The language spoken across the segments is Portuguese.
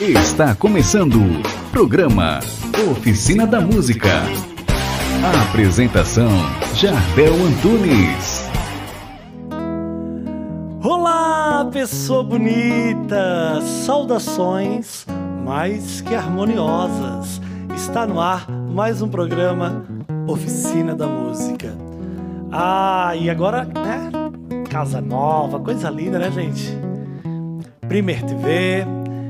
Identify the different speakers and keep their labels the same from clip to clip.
Speaker 1: Está começando o programa Oficina da Música. A apresentação Jardel Antunes.
Speaker 2: Olá, pessoa bonita! Saudações mais que harmoniosas. Está no ar mais um programa Oficina da Música. Ah, e agora, né? Casa nova, coisa linda, né, gente? Primer TV,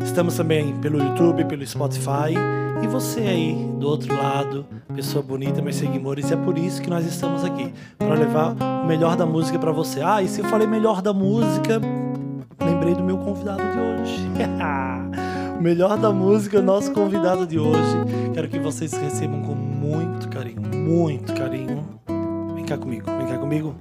Speaker 2: estamos também pelo YouTube, pelo Spotify. E você aí do outro lado, pessoa bonita, meus seguidores, é por isso que nós estamos aqui, para levar o melhor da música para você. Ah, e se eu falei melhor da música, lembrei do meu convidado de hoje. o melhor da música, é o nosso convidado de hoje. Quero que vocês recebam com muito carinho, muito carinho. Vem cá comigo, vem cá comigo.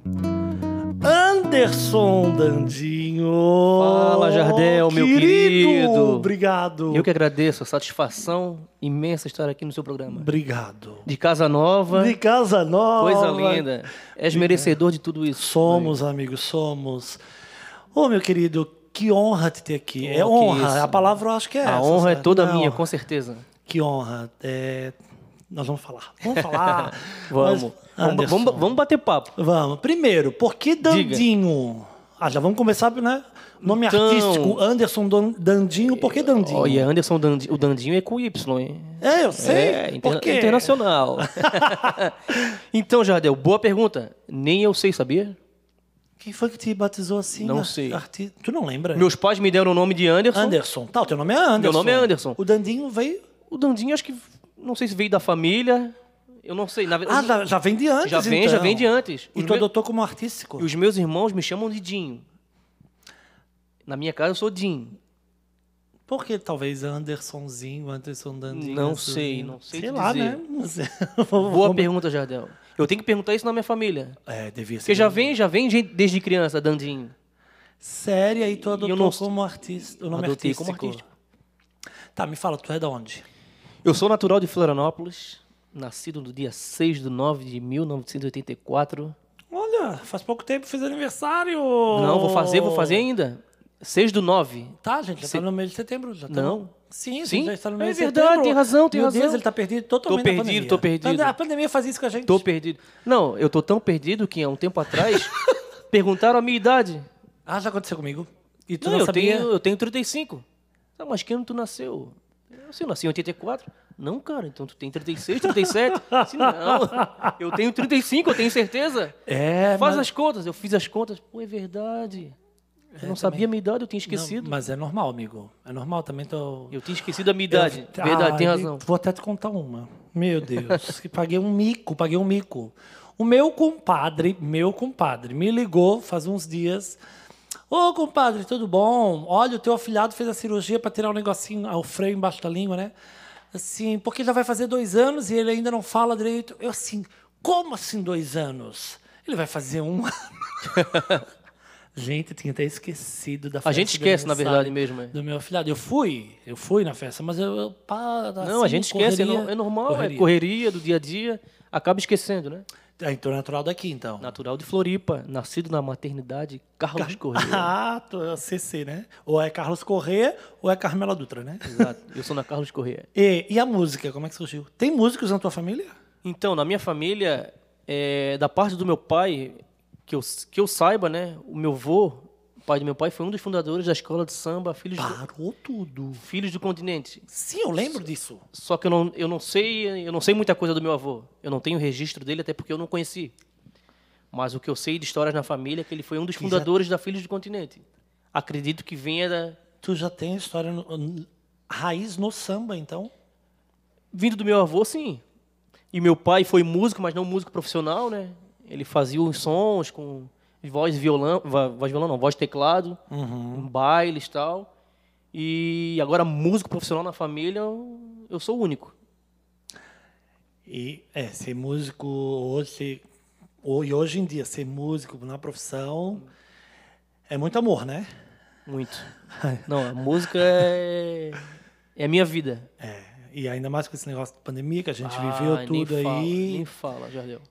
Speaker 2: Anderson Dandinho.
Speaker 3: Fala, Jardel, meu querido.
Speaker 2: Obrigado.
Speaker 3: Eu que agradeço, a satisfação imensa estar aqui no seu programa.
Speaker 2: Obrigado.
Speaker 3: De casa nova,
Speaker 2: De casa nova.
Speaker 3: coisa linda. És merecedor de tudo isso.
Speaker 2: Somos, amigos, somos. Ô, meu querido, que honra te ter aqui.
Speaker 3: Oh,
Speaker 2: é
Speaker 3: que
Speaker 2: honra.
Speaker 3: isso.
Speaker 2: A palavra eu acho que é
Speaker 3: A
Speaker 2: essa,
Speaker 3: honra é
Speaker 2: sabe?
Speaker 3: toda
Speaker 2: Não,
Speaker 3: minha, com certeza.
Speaker 2: Que honra. É, Nós vamos falar. Vamos falar.
Speaker 3: Vamos.
Speaker 2: Mas,
Speaker 3: vamos,
Speaker 2: Anderson,
Speaker 3: vamos- vamos bater papo.
Speaker 2: vamos. Primeiro, por que Dandinho? Ah, já vamos começar, né? Nome
Speaker 3: Então-
Speaker 2: artístico, Anderson Dan- Dandinho. Por que Dandinho?
Speaker 3: Olha, Anderson, Dandi- o Dandinho é com Y, hein?
Speaker 2: É, eu sei.
Speaker 3: É, inter-
Speaker 2: por quê?
Speaker 3: internacional. então, Jardel, boa pergunta. Nem eu sei, sabia?
Speaker 2: Quem foi que te batizou assim?
Speaker 3: Não
Speaker 2: ar-
Speaker 3: sei.
Speaker 2: arti- Tu não lembra?
Speaker 3: Meus pais me deram o nome de Anderson.
Speaker 2: Anderson. Tá, o teu nome é Anderson.
Speaker 3: Meu nome é Anderson.
Speaker 2: O Dandinho veio...
Speaker 3: O Dandinho, acho que, não sei se veio da família. Eu não sei. Na... ve-
Speaker 2: Ah, já, já vem de antes,
Speaker 3: Já vem,
Speaker 2: então.
Speaker 3: já vem de antes.
Speaker 2: E
Speaker 3: Os
Speaker 2: tu
Speaker 3: meus-
Speaker 2: adotou como artístico?
Speaker 3: E os meus irmãos me chamam de Dinho. Na minha casa eu sou Dinho.
Speaker 2: Por que talvez Andersonzinho, Anderson Dandinho?
Speaker 3: Não
Speaker 2: Anderson
Speaker 3: sei,
Speaker 2: Zinho?
Speaker 3: não sei
Speaker 2: Sei
Speaker 3: te
Speaker 2: lá,
Speaker 3: dizer.
Speaker 2: né? Não sei.
Speaker 3: Boa pergunta, Jardel. Eu tenho que perguntar isso na minha família.
Speaker 2: É, devia ser.
Speaker 3: Porque já vem, já vem gente desde criança, Dandinho.
Speaker 2: Séria e tu adotou
Speaker 3: não-
Speaker 2: como artista, o nome
Speaker 3: Adotei
Speaker 2: artístico.
Speaker 3: como artístico.
Speaker 2: Tá, me fala, tu é de onde?
Speaker 3: Eu sou natural de Florianópolis, nascido no dia 6 de 9 de 1984.
Speaker 2: Olha, faz pouco tempo fiz aniversário.
Speaker 3: Não, vou fazer, vou fazer ainda. 6 do 9.
Speaker 2: Tá, gente, já
Speaker 3: Se-
Speaker 2: tá no mês de setembro. Já tá
Speaker 3: Não.
Speaker 2: no- Sim,
Speaker 3: Sim.
Speaker 2: já está no
Speaker 3: É
Speaker 2: mês de
Speaker 3: verdade,
Speaker 2: setembro.
Speaker 3: tem razão, tem
Speaker 2: Meu
Speaker 3: razão.
Speaker 2: Deus, ele tá perdido totalmente
Speaker 3: perdido,
Speaker 2: na pandemia.
Speaker 3: tô perdido.
Speaker 2: A pandemia faz isso com a gente.
Speaker 3: Tô perdido. Não, eu tô tão perdido que há um tempo atrás perguntaram a minha idade.
Speaker 2: Ah, já aconteceu comigo. E tu
Speaker 3: Não,
Speaker 2: não,
Speaker 3: eu,
Speaker 2: sabia?
Speaker 3: tenho, eu tenho 35. Ah, mas quando tu nasceu? Eu sei, eu nasci em 84. Não, cara, então tu tem 36, 37? Assim, não, eu tenho 35, eu tenho certeza.
Speaker 2: É,
Speaker 3: Faz
Speaker 2: mas-
Speaker 3: as contas, eu fiz as contas. Pô, é verdade. Eu não sabia a minha idade, eu tinha esquecido.
Speaker 2: É, Não, mas é normal, amigo. É normal, também tô...
Speaker 3: Eu tinha esquecido a minha idade.
Speaker 2: Eu-
Speaker 3: Verdade,
Speaker 2: Ah,
Speaker 3: tem
Speaker 2: eu
Speaker 3: razão.
Speaker 2: Vou até te contar uma. Meu Deus, que paguei um mico, paguei um mico. O meu compadre, meu compadre, me ligou faz uns dias. Ô, compadre, tudo bom? Olha, o teu afilhado fez a cirurgia para tirar um negocinho, ah, o freio embaixo da língua, né? Assim, porque já vai fazer dois anos e ele ainda não fala direito. Eu assim, como assim dois anos? Ele vai fazer um ano. Gente, eu tinha até esquecido da festa
Speaker 3: A gente
Speaker 2: de
Speaker 3: esquece, na
Speaker 2: aniversário
Speaker 3: verdade, mesmo, é.
Speaker 2: Do meu afilhado. Eu fui, eu fui na festa, mas eu. eu pá,
Speaker 3: Não,
Speaker 2: assim,
Speaker 3: a gente esquece, é
Speaker 2: correria,
Speaker 3: no- é normal,
Speaker 2: correria.
Speaker 3: é correria do dia a dia. Acaba esquecendo, né?
Speaker 2: É, então é natural daqui, então.
Speaker 3: Natural de Floripa, nascido na maternidade Carlos Correia.
Speaker 2: Ah, tu é CC, né? Ou é Carlos Corrêa ou é Carmela Dutra, né?
Speaker 3: Exato, eu sou na Carlos Correia.
Speaker 2: E, e a música, como é que surgiu? Tem músicos na tua família?
Speaker 3: Então, na minha família, é, da parte do meu pai, que eu, que eu saiba, né? O meu vô, o pai do meu pai, foi um dos fundadores da escola de samba Filhos, do,
Speaker 2: Parou tudo.
Speaker 3: Filhos do Continente.
Speaker 2: Sim, eu lembro disso.
Speaker 3: Só que eu não, eu não sei, eu não sei muita coisa do meu avô. Eu não tenho registro dele, até porque eu não conheci. Mas o que eu sei de histórias na família é que ele foi um dos
Speaker 2: já-
Speaker 3: fundadores da Filhos do Continente. Acredito que venha da,
Speaker 2: Tu já tem história no- no- raiz no samba, então?
Speaker 3: Vindo do meu avô, sim. E meu pai foi músico, mas não músico profissional, né? Ele fazia os sons com voz violão, va- voz violão não, voz teclado,
Speaker 2: Uhum.
Speaker 3: em bailes e tal. E agora músico profissional na família, eu- eu sou o único.
Speaker 2: E é, ser músico hoje, ser- ho- e hoje em dia, ser músico na profissão é muito amor, né?
Speaker 3: Muito. Não, a música é é a minha vida.
Speaker 2: É. E ainda mais com esse negócio de pandemia que a gente
Speaker 3: Ah,
Speaker 2: viveu
Speaker 3: nem
Speaker 2: tudo aí.
Speaker 3: fala, nem fala, Jardel.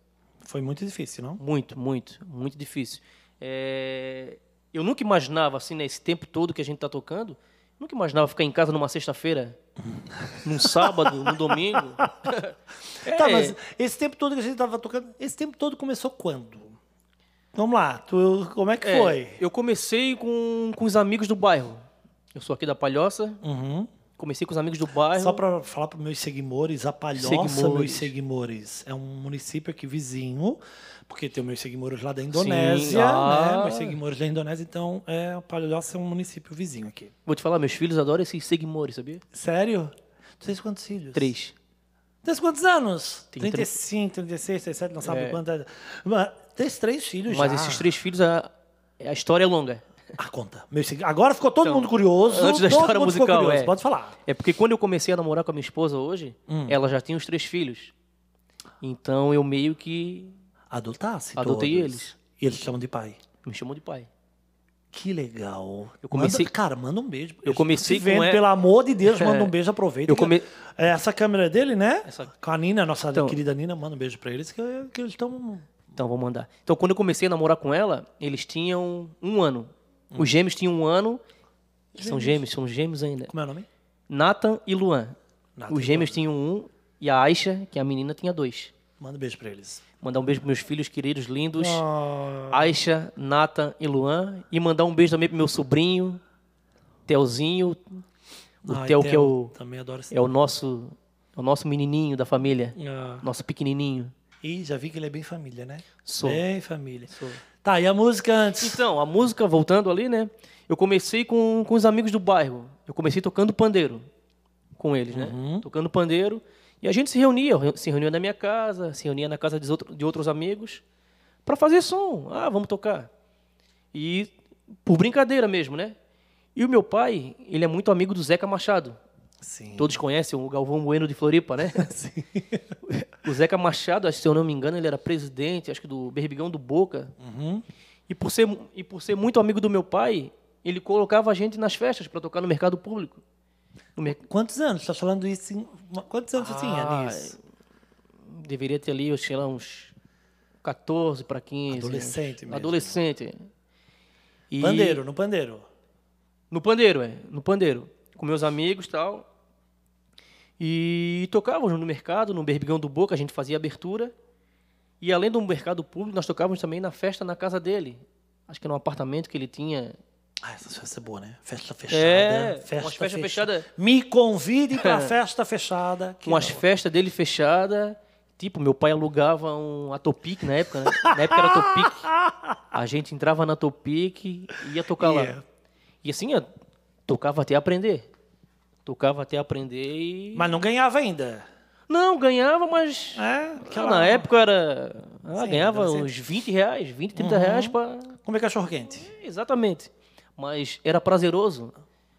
Speaker 2: Foi muito difícil, não?
Speaker 3: Muito, muito, muito né, difícil. É, Eu nunca imaginava, assim, nesse tempo todo que a gente está tocando, Nunca imaginava ficar em casa numa sexta-feira, num sábado, num domingo. É.
Speaker 2: Tá, mas esse tempo todo que a gente tava tocando, esse tempo todo começou quando? Vamos lá, tu, como é que
Speaker 3: É,
Speaker 2: foi?
Speaker 3: Eu comecei com, com os amigos do bairro. Eu sou aqui da Palhoça.
Speaker 2: Uhum.
Speaker 3: Comecei com os amigos do bairro.
Speaker 2: Só para falar para meus seguidores, a Palhoça,
Speaker 3: Seguimores.
Speaker 2: meus seguidores, é um município aqui vizinho, porque tem meus seguidores lá da
Speaker 3: Sim,
Speaker 2: Indonésia,
Speaker 3: ah.
Speaker 2: né? Meus seguidores da Indonésia, então é, a Palhoça é um município vizinho aqui.
Speaker 3: Vou te falar, meus filhos adoram esses seguimores, sabia?
Speaker 2: Sério? Tu tens quantos filhos?
Speaker 3: Três.
Speaker 2: Tens quantos anos?
Speaker 3: Tem
Speaker 2: 35, 36, 37, não sabe
Speaker 3: É.
Speaker 2: quanto é. Mas Tens três filhos
Speaker 3: Mas
Speaker 2: já.
Speaker 3: esses três filhos, a, a história é longa.
Speaker 2: Ah, conta. Meus segui- Agora ficou todo
Speaker 3: Então,
Speaker 2: mundo curioso.
Speaker 3: antes da
Speaker 2: todo
Speaker 3: história
Speaker 2: mundo ficou
Speaker 3: musical,
Speaker 2: curioso.
Speaker 3: é.
Speaker 2: Pode falar.
Speaker 3: É porque quando eu comecei a namorar com a minha esposa hoje,
Speaker 2: Hum.
Speaker 3: ela já tinha os três filhos. Então eu meio que
Speaker 2: Adotasse
Speaker 3: Adotei
Speaker 2: todos.
Speaker 3: eles.
Speaker 2: E eles chamam de pai.
Speaker 3: me chamou de pai.
Speaker 2: Que legal.
Speaker 3: Eu comecei-
Speaker 2: Manda, cara, manda um beijo.
Speaker 3: Eu comecei
Speaker 2: Se vendo,
Speaker 3: com e-
Speaker 2: Pelo amor de Deus, manda um beijo, aproveita.
Speaker 3: Eu come-
Speaker 2: É Essa câmera é dele, né?
Speaker 3: Essa-
Speaker 2: Com a Nina, nossa
Speaker 3: Então-
Speaker 2: querida Nina, manda um beijo pra eles, que, que eles estão...
Speaker 3: Então vou mandar. Então quando eu comecei a namorar com ela, eles tinham um ano.
Speaker 2: Hum.
Speaker 3: Os gêmeos tinham um ano. São gêmeos, são gêmeos ainda.
Speaker 2: Como é o nome?
Speaker 3: Nathan e Luan.
Speaker 2: Nathan
Speaker 3: Os
Speaker 2: e
Speaker 3: gêmeos tinham um e a Aisha, que é a menina, tinha dois.
Speaker 2: Manda um beijo pra eles.
Speaker 3: Mandar um beijo pros meus filhos queridos, lindos.
Speaker 2: Ah,
Speaker 3: Aisha, Nathan e Luan. E mandar um beijo também pro meu sobrinho, Telzinho. O
Speaker 2: ai,
Speaker 3: Theo, que é o,
Speaker 2: Ah, Também adoro esse...
Speaker 3: é o nosso é o nosso menininho da família.
Speaker 2: Ah.
Speaker 3: Nosso pequenininho.
Speaker 2: Ih, já vi que ele é bem família, né?
Speaker 3: Sou.
Speaker 2: Bem família. Tá, e a música antes?
Speaker 3: Então, a música, voltando ali, né? Eu comecei com, com os amigos do bairro. Eu comecei tocando pandeiro com eles, né? Tocando pandeiro. E a gente se reunia, reu- se reunia na minha casa, se reunia na casa dos outro- de outros amigos, para fazer som. Ah, vamos tocar. E por brincadeira mesmo, né? E o meu pai, ele é muito amigo do Zeca Machado.
Speaker 2: Sim.
Speaker 3: Então, Todos conhecem o Galvão Bueno de Floripa, né?
Speaker 2: Sim.
Speaker 3: O Zeca Machado, acho que, se eu não me engano, ele era presidente, acho que do Berbigão do Boca.
Speaker 2: Uhum.
Speaker 3: E por ser, e por ser muito amigo do meu pai, ele colocava a gente nas festas para tocar no mercado público. No mer-
Speaker 2: Quantos anos? Tá falando isso em... Quantos anos você tinha
Speaker 3: Ah,
Speaker 2: nisso?
Speaker 3: Deveria ter ali, eu sei lá, uns 14 para 15.
Speaker 2: Adolescente
Speaker 3: uns-
Speaker 2: mesmo.
Speaker 3: Adolescente. E-
Speaker 2: Pandeiro, no pandeiro.
Speaker 3: No pandeiro, é. No pandeiro. Com meus amigos e tal. E tocávamos no mercado, no Berbigão do Boca, a gente fazia abertura. E além do mercado público, nós tocávamos também na festa na casa dele. Acho que era um apartamento que ele tinha
Speaker 2: Ah, essa festa é boa, né? Festa fechada.
Speaker 3: É,
Speaker 2: festa,
Speaker 3: umas festas
Speaker 2: fechada.
Speaker 3: fechada.
Speaker 2: Me convide pra
Speaker 3: É.
Speaker 2: festa fechada. que
Speaker 3: com as
Speaker 2: não.
Speaker 3: festas dele fechadas. Tipo, meu pai alugava um, a Topic na época, né? Na época era Topic. A gente entrava na Topic e ia tocar
Speaker 2: Ia.
Speaker 3: lá. E assim, eu tocava até aprender. Tocava até aprender e...
Speaker 2: Mas não ganhava ainda.
Speaker 3: Não, ganhava, mas... Ah,
Speaker 2: É, aquela-
Speaker 3: Na época era... Ah,
Speaker 2: Sim,
Speaker 3: ganhava
Speaker 2: deve ser. Uhum.
Speaker 3: uns 20 reais, 20, 30 reais pra...
Speaker 2: Comer é cachorro quente.
Speaker 3: Exatamente. Mas era prazeroso.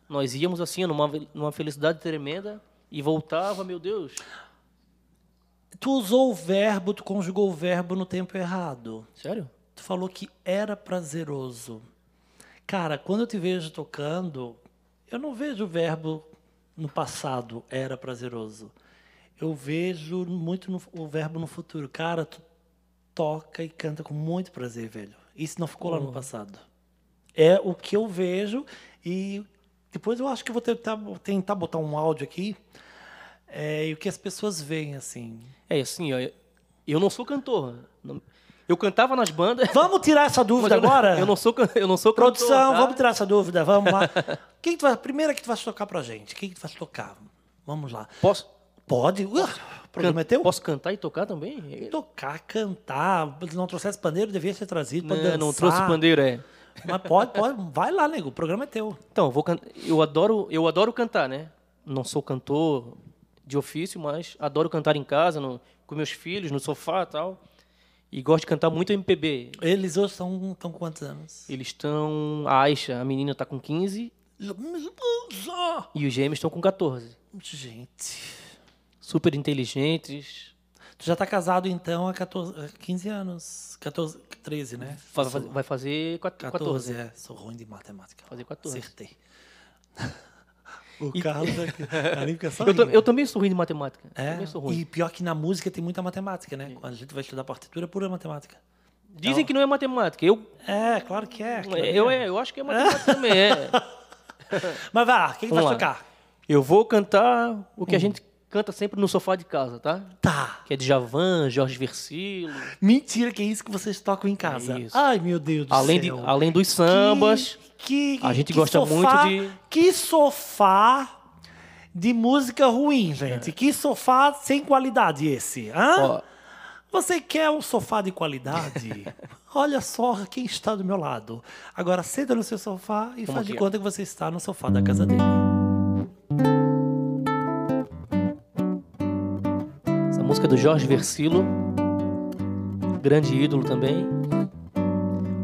Speaker 3: Nós íamos assim, numa, numa felicidade tremenda e voltava, meu Deus...
Speaker 2: Tu usou o verbo, tu conjugou o verbo no tempo errado.
Speaker 3: Sério?
Speaker 2: Tu falou que era prazeroso. Cara, quando eu te vejo tocando, eu não vejo o verbo no passado, era prazeroso. Eu vejo muito no- o verbo no futuro. Cara, tu toca e canta com muito prazer, velho. Isso não ficou
Speaker 3: Hum.
Speaker 2: lá no passado. É o que eu vejo e depois eu acho que eu vou tentar, tentar botar um áudio aqui. É, e o que as pessoas veem, assim.
Speaker 3: É, assim, ó, eu não sou cantor. Não- Eu cantava nas bandas.
Speaker 2: Vamos tirar essa
Speaker 3: mas
Speaker 2: dúvida
Speaker 3: eu, não-
Speaker 2: agora?
Speaker 3: Eu não sou, can- eu não sou cantor.
Speaker 2: Produção,
Speaker 3: tá?
Speaker 2: vamos tirar essa dúvida, vamos lá. Quem que tu vai, primeira que tu vai tocar pra gente? Quem que tu vai tocar? Vamos lá.
Speaker 3: Posso,
Speaker 2: Pode? Uh,
Speaker 3: can-
Speaker 2: prometeu?
Speaker 3: posso cantar e tocar também?
Speaker 2: tocar, cantar. Se não trouxesse pandeiro, devia ser trazido pra
Speaker 3: Não,
Speaker 2: dançar.
Speaker 3: não trouxe pandeiro, é.
Speaker 2: Mas pode, pode. Vai lá, nego. O programa é teu.
Speaker 3: Então, eu vou can- eu adoro, eu adoro cantar, né? Não sou cantor de ofício, mas adoro cantar em casa, no- com meus filhos, no sofá e tal. E gosto de cantar muito MPB.
Speaker 2: Eles hoje estão com quantos anos?
Speaker 3: Eles estão. A Aisha, a menina, tá com 15 e os gêmeos estão com 14.
Speaker 2: Gente.
Speaker 3: Super inteligentes.
Speaker 2: Tu já tá casado, então, há 14, há 15 anos. 14, 13, né?
Speaker 3: Fa- faz- Vai fazer 14.
Speaker 2: 14, é. Sou ruim de matemática.
Speaker 3: Fazer 14.
Speaker 2: Acertei. O Carlos aqui. A Aline fica só
Speaker 3: Eu, ta-
Speaker 2: rindo.
Speaker 3: eu também sou ruim de matemática.
Speaker 2: É,
Speaker 3: Também sou ruim.
Speaker 2: e pior que na música tem muita matemática, né? Quando a gente vai estudar partitura, é pura matemática.
Speaker 3: Dizem que não é matemática. Eu,
Speaker 2: É, claro que é. claro que
Speaker 3: eu, é, eu acho que é matemática também. É.
Speaker 2: Mas vai lá, o que, que vai
Speaker 3: Vamos lá.
Speaker 2: tocar?
Speaker 3: Eu vou cantar o que a gente canta sempre no sofá de casa, tá?
Speaker 2: Tá.
Speaker 3: Que é de Javan, Jorge Versilo,
Speaker 2: Mentira que é isso que vocês tocam em casa.
Speaker 3: É isso.
Speaker 2: Ai, meu Deus do
Speaker 3: além, de,
Speaker 2: céu.
Speaker 3: além dos sambas.
Speaker 2: Que, que-
Speaker 3: a gente
Speaker 2: que
Speaker 3: gosta
Speaker 2: sofá-
Speaker 3: muito de-
Speaker 2: Que sofá de música ruim, gente. Que sofá sem qualidade esse. Hã?
Speaker 3: É. Ó.
Speaker 2: Você quer um sofá de qualidade? Olha só quem está do meu lado. Agora senta no seu sofá e faz de
Speaker 3: aqui, ó.
Speaker 2: conta que você está no sofá da casa dele.
Speaker 3: Essa música é do Jorge Versilo, grande ídolo também.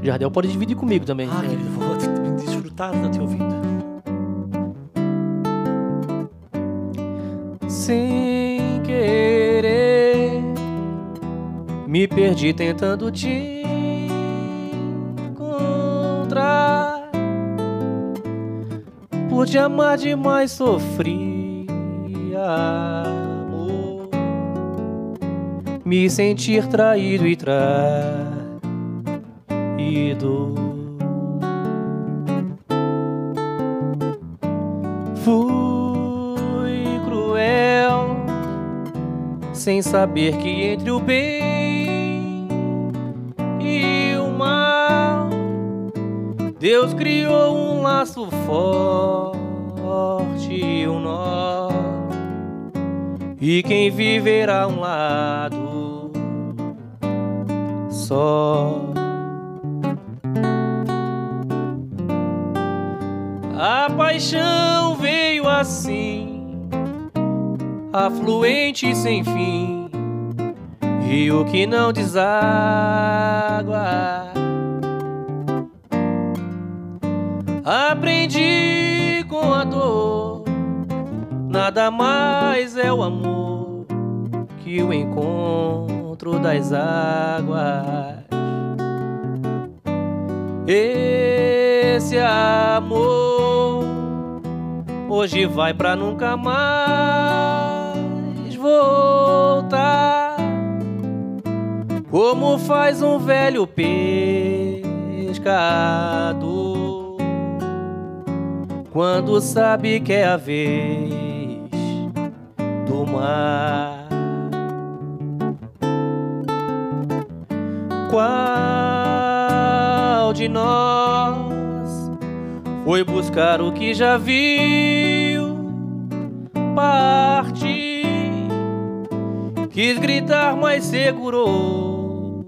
Speaker 3: Jardel pode dividir comigo também.
Speaker 2: Ai, eu vou te- desfrutar de te ouvindo.
Speaker 3: Sem querer, me perdi tentando te encontrar. Por te amar demais, sofri amor. Me sentir traído e traído. Fui cruel, sem saber que entre o bem e o mal, Deus criou um laço forte, um nó. E quem viverá um lado só. A paixão veio assim, afluente sem fim, rio que não deságua. Aprendi com a dor, nada mais é o amor que o encontro das águas. Esse amor hoje vai pra nunca mais voltar. Como faz um velho pescador quando sabe que é a vez do mar. Qual de nós foi buscar o que já viu partir? Quis gritar, mas segurou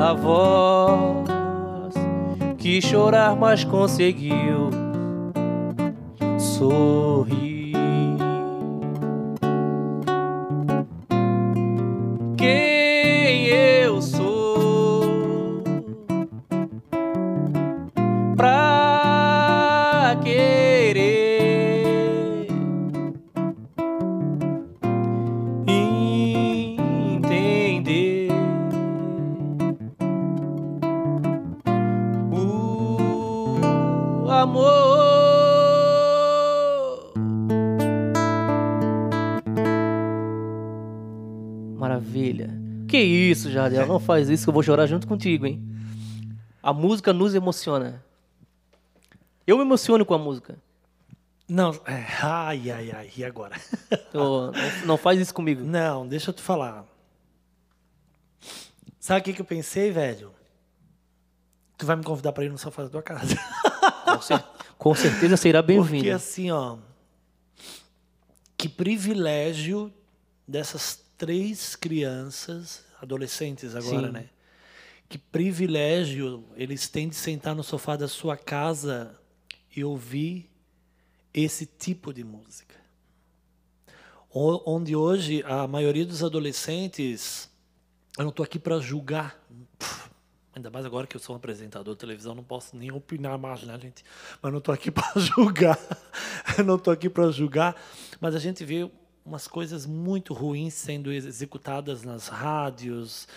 Speaker 3: a voz. Quis chorar, mas conseguiu sorrir. quem eu sou. Pra querer entender o amor. Maravilha. Que isso, Jardel? Não faz isso que eu vou chorar junto contigo, hein? A música nos emociona. Eu me emociono com a música.
Speaker 2: Não, é, ai, ai, ai, e agora?
Speaker 3: Eu- Então, não, não faz isso comigo.
Speaker 2: Não, deixa eu te falar. Sabe o que, que eu pensei, velho? Tu vai me convidar pra ir no sofá da tua casa.
Speaker 3: Com, cer- com certeza será bem-vindo.
Speaker 2: Porque assim, ó. Que privilégio dessas três crianças, adolescentes agora,
Speaker 3: Sim.
Speaker 2: né? Que privilégio eles têm de sentar no sofá da sua casa e ouvir esse tipo de música. O- Onde hoje a maioria dos adolescentes. Eu não estou aqui para julgar. Pff, Ainda mais agora que eu sou um apresentador de televisão, não posso nem opinar mais, né, gente? Mas não estou aqui para julgar. Eu não estou aqui para julgar. Mas a gente vê umas coisas muito ruins sendo ex- executadas nas rádios,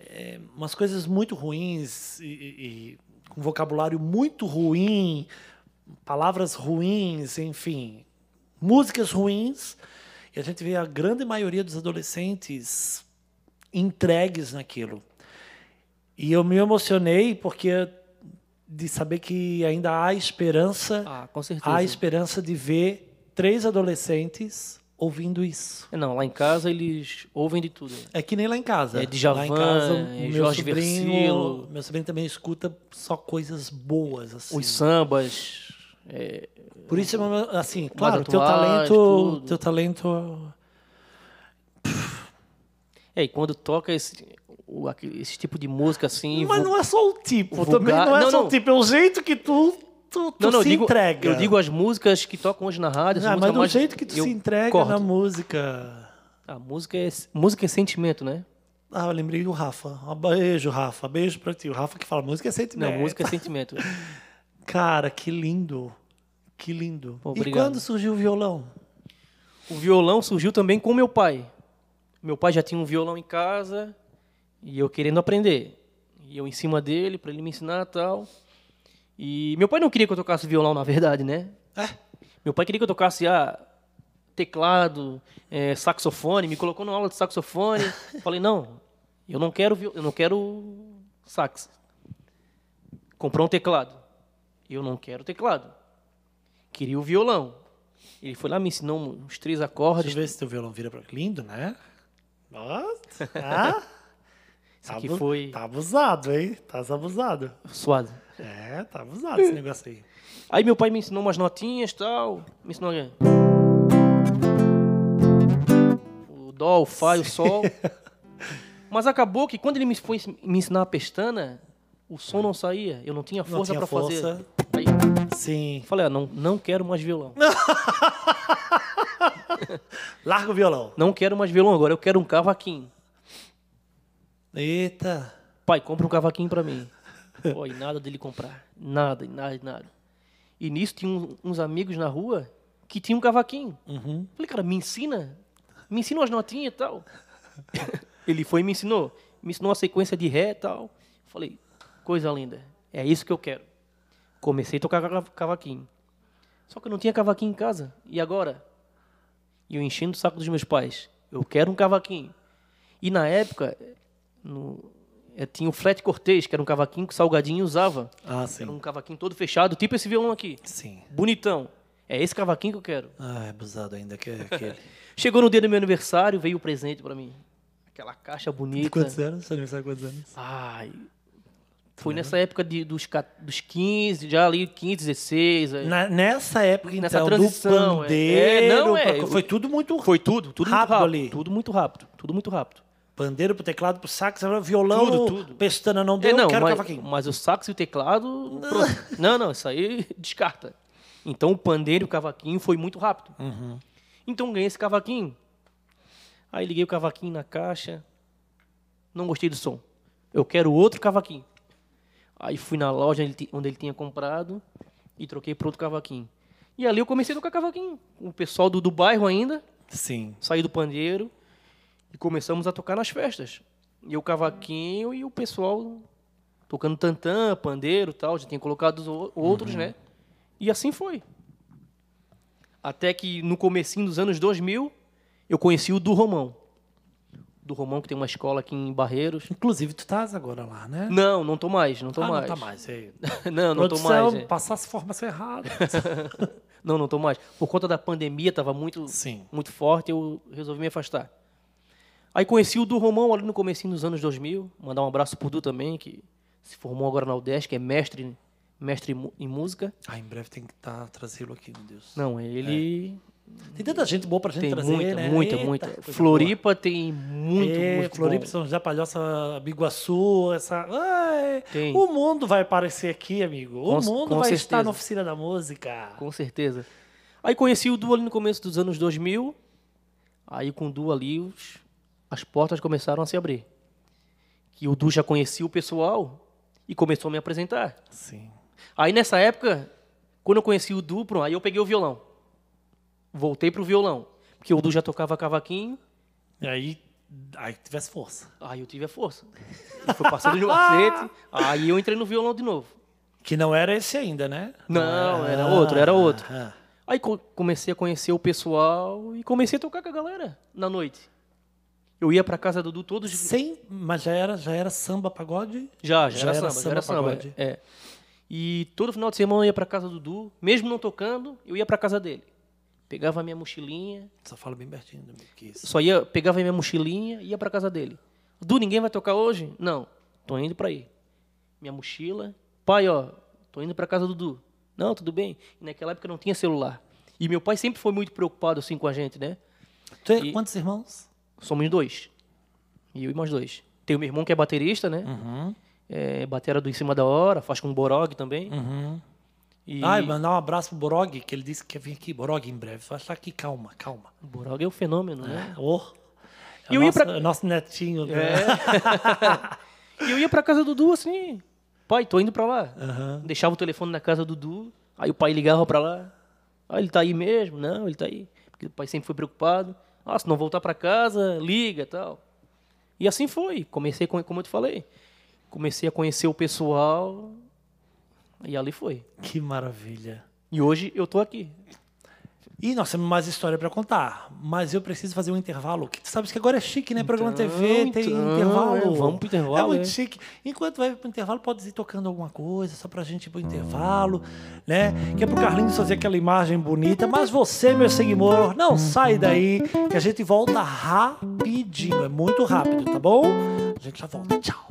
Speaker 2: é, umas coisas muito ruins e- e- e com vocabulário muito ruim, palavras ruins, enfim, músicas ruins. E a gente vê a grande maioria dos adolescentes entregues naquilo. E eu me emocionei porque de saber que ainda há esperança,
Speaker 3: Ah, com certeza.
Speaker 2: há esperança de ver três adolescentes ouvindo isso.
Speaker 3: Não, lá em casa eles ouvem de tudo. né?
Speaker 2: É que nem lá em casa.
Speaker 3: É Djavan,
Speaker 2: lá em casa, o
Speaker 3: é
Speaker 2: meu
Speaker 3: Jorge
Speaker 2: sobrinho,
Speaker 3: Versilo.
Speaker 2: meu sobrinho também escuta só coisas boas assim.
Speaker 3: Os sambas. é,
Speaker 2: Por isso é uma- assim, claro, teu
Speaker 3: atuais,
Speaker 2: talento,
Speaker 3: tudo.
Speaker 2: teu talento
Speaker 3: É, e quando toca esse, o- aquele- esse tipo de música assim.
Speaker 2: Mas
Speaker 3: vo-
Speaker 2: não é só o tipo,
Speaker 3: vulgar-
Speaker 2: também não é
Speaker 3: Não,
Speaker 2: só
Speaker 3: não.
Speaker 2: o tipo, é o jeito que tu, tu, tu
Speaker 3: Não, não, eu
Speaker 2: se
Speaker 3: digo-
Speaker 2: entrega.
Speaker 3: Eu digo as músicas que tocam hoje na rádio. essa
Speaker 2: ah,
Speaker 3: música
Speaker 2: mas do
Speaker 3: mais-
Speaker 2: jeito que tu
Speaker 3: eu
Speaker 2: se entrega
Speaker 3: corto.
Speaker 2: na música.
Speaker 3: A música é, música é sentimento, né?
Speaker 2: Ah, eu lembrei do Rafa. Um beijo, Rafa. Beijo pra ti. O Rafa que fala música é
Speaker 3: Não,
Speaker 2: sentimento.
Speaker 3: música é sentimento.
Speaker 2: Cara, que lindo. Que lindo. E
Speaker 3: Obrigado.
Speaker 2: quando surgiu o violão?
Speaker 3: O violão surgiu também com meu pai. Meu pai já tinha um violão em casa e eu querendo aprender. E eu em cima dele para ele me ensinar e tal. E meu pai não queria que eu tocasse violão, na verdade, né? Meu pai queria que eu tocasse ah, teclado, eh, saxofone, me colocou numa aula de saxofone. Falei, não, eu não quero vi- eu não quero sax. Comprou um teclado. Eu não quero teclado. Queria o violão. Ele foi lá, me ensinou uns três acordes.
Speaker 2: Deixa eu ver se teu violão vira pra. Lindo, né? Nossa. Ah,
Speaker 3: Isso aqui
Speaker 2: abu-
Speaker 3: foi
Speaker 2: Tá abusado, hein? Tá abusado.
Speaker 3: suado.
Speaker 2: É, tá abusado esse negócio aí.
Speaker 3: Aí meu pai me ensinou umas notinhas e tal. Me ensinou né? o dó, o fá e o sol. Mas acabou que quando ele me foi ens- me ensinar a pestana, o som não saía. Eu não tinha força
Speaker 2: tinha
Speaker 3: pra fazer.
Speaker 2: força.
Speaker 3: Aí
Speaker 2: Sim.
Speaker 3: eu falei, ah, não, não quero mais violão.
Speaker 2: Larga o violão.
Speaker 3: Não quero mais violão agora, eu quero um cavaquinho.
Speaker 2: Eita.
Speaker 3: Pai, compra um cavaquinho pra mim. Pô, e nada dele comprar. Nada, e nada, e nada. E nisso tinha um- uns amigos na rua que tinham um cavaquinho. Falei, cara, me ensina. Me ensina umas notinhas e tal. Ele foi e me ensinou. Me ensinou uma sequência de ré e tal. Falei, coisa linda. É isso que eu quero. Comecei a tocar cava- cavaquinho. Só que eu não tinha cavaquinho em casa. E agora? E eu enchendo o saco dos meus pais. Eu quero um cavaquinho. E na época, no- eh, tinha o Flat Cortez, que era um cavaquinho que o Salgadinho usava.
Speaker 2: Ah,
Speaker 3: Era um
Speaker 2: sim.
Speaker 3: cavaquinho todo fechado, tipo esse violão aqui.
Speaker 2: Sim.
Speaker 3: Bonitão. É esse cavaquinho que eu quero.
Speaker 2: Ah, é abusado ainda que é aquele.
Speaker 3: Chegou no dia do meu aniversário, veio o presente pra mim. Aquela caixa bonita.
Speaker 2: quantos anos? Seu aniversário quantos anos?
Speaker 3: Ai. Foi nessa época de, dos, ca- dos 15, já ali é. 15, 16. aí.
Speaker 2: nessa época,
Speaker 3: Nessa
Speaker 2: então,
Speaker 3: transição,
Speaker 2: do
Speaker 3: é.
Speaker 2: pandeiro...
Speaker 3: É, não, é,
Speaker 2: pra-
Speaker 3: eu-
Speaker 2: Foi tudo muito...
Speaker 3: Foi tudo, tudo
Speaker 2: Rápido
Speaker 3: muito rápido.
Speaker 2: ali.
Speaker 3: Tudo muito rápido, tudo muito rápido.
Speaker 2: Pandeiro pro teclado, pro sax, violão,
Speaker 3: Tudo, tudo.
Speaker 2: pestana não
Speaker 3: É,
Speaker 2: deu,
Speaker 3: não,
Speaker 2: quero
Speaker 3: mas,
Speaker 2: cavaquinho.
Speaker 3: mas o sax e o teclado. pronto. Não, não, isso aí descarta. Então o pandeiro e o cavaquinho foi muito rápido.
Speaker 2: Uhum.
Speaker 3: Então ganhei esse cavaquinho. Aí liguei o cavaquinho na caixa. Não gostei do som. Eu quero outro cavaquinho. Aí fui na loja onde ele, ti- onde ele tinha comprado e troquei por outro cavaquinho. E ali eu comecei a tocar cavaquinho. com O pessoal do, do bairro ainda
Speaker 2: Sim.
Speaker 3: saí do pandeiro e começamos a tocar nas festas. E o cavaquinho e o pessoal tocando tantã, pandeiro e tal, já tinha colocado os o- outros,
Speaker 2: Uhum.
Speaker 3: né? E assim foi. Até que no comecinho dos anos 2000, eu conheci o do Romão. Do Romão que tem uma escola aqui em Barreiros.
Speaker 2: Inclusive, tu estás agora lá, né?
Speaker 3: Não, não tô mais, não tô
Speaker 2: ah,
Speaker 3: mais.
Speaker 2: não tá mais. É.
Speaker 3: não, não tô
Speaker 2: Produção,
Speaker 3: mais. é.
Speaker 2: passar as formação errada.
Speaker 3: Não, não tô mais. Por conta da pandemia, tava muito
Speaker 2: Sim.
Speaker 3: muito forte, eu resolvi me afastar. Aí conheci o Du Romão ali no comecinho dos anos 2000, mandar um abraço pro Du também, que se formou agora na UDESC, que é mestre, mestre em mu- em música.
Speaker 2: Ah, em breve tem que tá, trazê-lo aqui, meu Deus.
Speaker 3: Não, ele
Speaker 2: Tem tanta gente boa pra gente
Speaker 3: tem
Speaker 2: trazer,
Speaker 3: muita,
Speaker 2: né?
Speaker 3: muita,
Speaker 2: Eita,
Speaker 3: muita.
Speaker 2: coisa
Speaker 3: Floripa tem muito,
Speaker 2: é,
Speaker 3: muito
Speaker 2: Floripa,
Speaker 3: bom.
Speaker 2: São José, Palhoça, Biguaçu, essa... Ai,
Speaker 3: Tem.
Speaker 2: O mundo vai aparecer aqui, amigo. O
Speaker 3: Com-
Speaker 2: mundo
Speaker 3: com
Speaker 2: vai estar
Speaker 3: certeza.
Speaker 2: na oficina da música.
Speaker 3: Com certeza. Aí conheci o Du ali no começo dos anos 2000. Aí com o Du ali, os- as portas começaram a se abrir. Que o Du já conhecia o pessoal e começou a me apresentar.
Speaker 2: Sim.
Speaker 3: Aí nessa época, quando eu conheci o Du, pronto, aí eu peguei o violão. Voltei pro violão. Porque o Du já tocava cavaquinho,
Speaker 2: E aí, aí que tivesse força.
Speaker 3: aí eu tive a força. Ele Foi passando de um macete, aí eu entrei no violão de novo.
Speaker 2: Que não era esse ainda, né?
Speaker 3: Não, era outro, era outro.
Speaker 2: Ah,
Speaker 3: Aí co- comecei a conhecer o pessoal e comecei a tocar com a galera na noite. Eu ia pra casa do Du todos
Speaker 2: Sem, mas já era, já era samba pagode?
Speaker 3: já, já,
Speaker 2: Já
Speaker 3: era,
Speaker 2: era
Speaker 3: samba, já era
Speaker 2: samba
Speaker 3: samba.
Speaker 2: pagode.
Speaker 3: É. E todo final de semana eu ia pra casa do Dudu, mesmo não tocando, eu ia pra casa dele. Pegava a minha mochilinha,
Speaker 2: Só fala bem pertinho do microfone.
Speaker 3: só ia, pegava a minha mochilinha e ia pra casa dele. Du, ninguém vai tocar hoje? Não, tô indo pra aí. Minha mochila. Pai, ó, tô indo pra casa do Dudu. Não, tudo bem. E naquela época não tinha celular. E meu pai sempre foi muito preocupado assim com a gente, né?
Speaker 2: Tu é
Speaker 3: E-
Speaker 2: quantos irmãos?
Speaker 3: Somos dois. E eu e mais dois. Tem o meu irmão que é baterista, né?
Speaker 2: Uhum.
Speaker 3: É, batera do Em Cima da Hora, faz com o Borog também.
Speaker 2: Uhum.
Speaker 3: E
Speaker 2: Ai, mandar um abraço pro Borog, que ele disse que quer vir aqui, Borog, em breve. Vai estar aqui, calma, calma.
Speaker 3: o Borog é um fenômeno, né?
Speaker 2: Oh, é
Speaker 3: E eu ia
Speaker 2: nosso,
Speaker 3: pra-
Speaker 2: é nosso netinho. né?
Speaker 3: É. e eu ia pra casa do Dudu assim, pai, tô indo pra lá.
Speaker 2: Aham.
Speaker 3: Deixava o telefone na casa do Dudu, aí o pai ligava pra lá. Ah, ele tá aí mesmo? Não, ele tá aí. Porque o pai sempre foi preocupado. Ah, se não voltar pra casa, liga e tal. E assim foi. Comecei, com- como eu te falei, comecei a conhecer o pessoal e ali foi.
Speaker 2: Que maravilha.
Speaker 3: E hoje eu tô aqui.
Speaker 2: E nós temos mais história para contar, mas eu preciso fazer um intervalo. Que tu sabes que agora é chique, né? Programa
Speaker 3: Então,
Speaker 2: TV tem
Speaker 3: então,
Speaker 2: intervalo.
Speaker 3: é, vamos pro intervalo,
Speaker 2: É muito
Speaker 3: é.
Speaker 2: chique. Enquanto vai pro intervalo, pode ir tocando alguma coisa, só pra gente ir pro intervalo, né? Que é pro Carlinhos fazer aquela imagem bonita. Mas você, meu seguidor, não sai daí, que a gente volta rapidinho. É muito rápido, tá bom? A gente já volta. Tchau.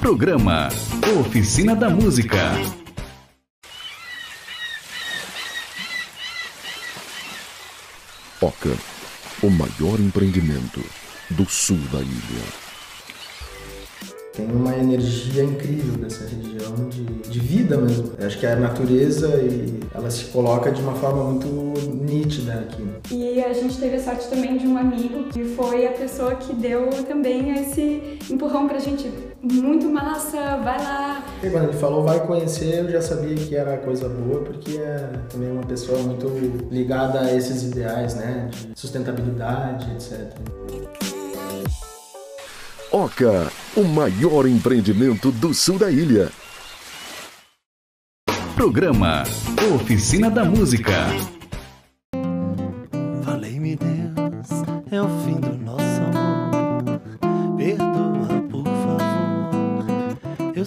Speaker 1: Programa Oficina da Música.
Speaker 4: Oca, o maior empreendimento do sul da ilha.
Speaker 5: Tem uma energia incrível dessa região de, de vida mesmo. Eu acho que a natureza e ela se coloca de uma forma muito nítida aqui.
Speaker 6: E a gente teve a sorte também de um amigo que foi a pessoa que deu também esse empurrão pra gente. Muito massa, vai lá.
Speaker 5: E quando ele falou vai conhecer, eu já sabia que era coisa boa, porque é também uma pessoa muito ligada a esses ideais, né? De sustentabilidade, etc.
Speaker 4: Oca, o maior empreendimento do sul da ilha.
Speaker 1: Programa Oficina da Música.
Speaker 2: Falei-me Deus, é o fim do nosso amor. Perdoa, por favor. Eu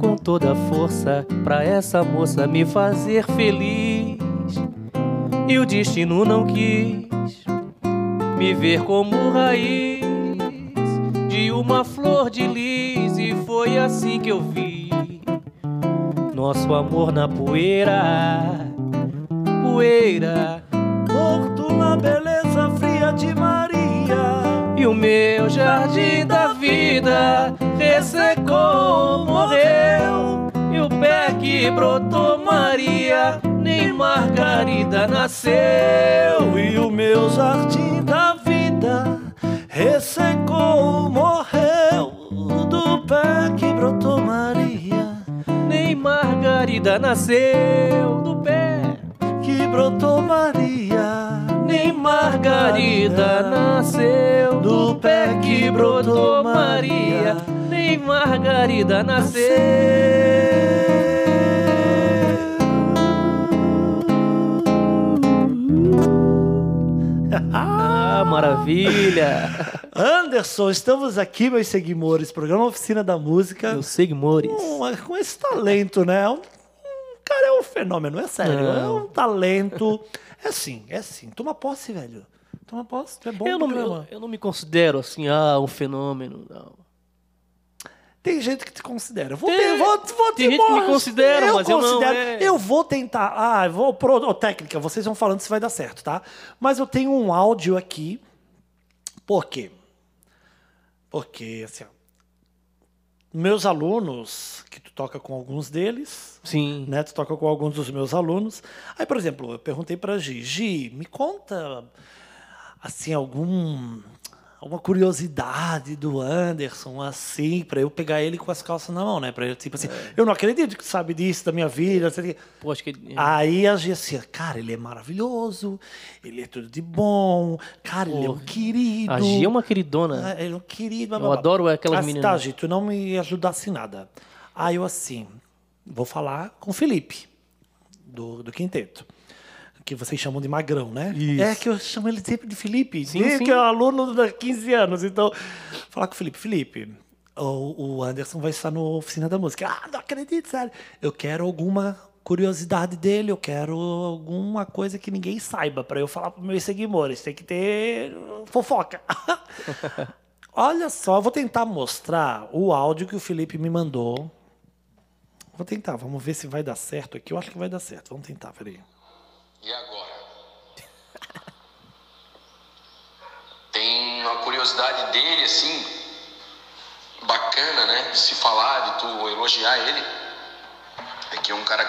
Speaker 3: com toda a força pra essa moça me fazer feliz. E o destino não quis me ver como raiz de uma flor de lis e foi assim que eu vi nosso amor na poeira. Poeira
Speaker 2: Morto na beleza fria de Maria.
Speaker 3: E o meu jardim da vida ressecou, morreu. E o pé que brotou Maria, nem Margarida nasceu.
Speaker 2: E o meu jardim da vida ressecou, morreu do pé que brotou Maria,
Speaker 3: Nem Margarida nasceu do pé.
Speaker 2: que brotou Maria,
Speaker 3: Nem Margarida nasceu do pé que brotou Maria. Nem Margarida nasceu. Ah, maravilha!
Speaker 2: Anderson, estamos aqui, meus seguidores, programa Oficina da Música.
Speaker 3: Eu sei, Mores.
Speaker 2: Com- com esse talento, né? Um, um cara é um fenômeno, é sério.
Speaker 3: Não.
Speaker 2: É um talento. É sim, é sim. Toma posse, velho. Toma posse, tu é bom
Speaker 3: Eu não, me-
Speaker 2: programa.
Speaker 3: eu, eu não me considero assim, ah, um fenômeno. Não.
Speaker 2: Tem gente que te considera. Eu Vou
Speaker 3: Tem-
Speaker 2: ter, vou, vou
Speaker 3: tem
Speaker 2: te
Speaker 3: gente que me
Speaker 2: mostrar.
Speaker 3: considera, mas eu não, é.
Speaker 2: Eu vou tentar. Ah, eu vou pro ô, técnica. Vocês vão falando se vai dar certo, tá? Mas eu tenho um áudio aqui. Por quê? Porque, assim, ó, meus alunos, que tu toca com alguns deles,
Speaker 3: Sim.
Speaker 2: né? Tu toca com alguns dos meus alunos. Aí, por exemplo, eu perguntei pra Gi, Gi, me conta assim algum alguma curiosidade do Anderson assim, pra eu pegar ele com as calças na mão, né? Para eu tipo assim,
Speaker 3: É.
Speaker 2: eu não acredito que tu sabe disso da minha vida, não sei o quê.
Speaker 3: Pô, acho que.
Speaker 2: Aí a Gi assim, cara, ele é maravilhoso, ele é tudo de bom, cara, ele é um querido.
Speaker 3: a Gia é uma queridona.
Speaker 2: Ah, Ele é um querido. blá,
Speaker 3: Eu
Speaker 2: blá, blá.
Speaker 3: adoro aquelas
Speaker 2: Ah,
Speaker 3: meninas.
Speaker 2: Tá, Gi, tu não me ajudasse em nada. Aí eu assim, vou falar com o Felipe, do, do Quinteto. Que vocês chamam de magrão, né?
Speaker 3: Isso.
Speaker 2: É que eu chamo ele sempre de Felipe.
Speaker 3: Sim,
Speaker 2: desde
Speaker 3: sim.
Speaker 2: que é um aluno de 15 anos. Então, falar com o Felipe. Felipe, o, o Anderson vai estar na Oficina da Música. Ah, não acredito, sério. Eu quero alguma curiosidade dele, eu quero alguma coisa que ninguém saiba para eu falar para meus seguidores. Tem que ter fofoca. Olha só, eu vou tentar mostrar o áudio que o Felipe me mandou. Vou tentar, vamos ver se vai dar certo aqui. Eu acho que vai dar certo. Vamos tentar, peraí.
Speaker 7: E agora? Tem uma curiosidade dele, assim, bacana, né? De se falar, de tu elogiar ele. É que é um cara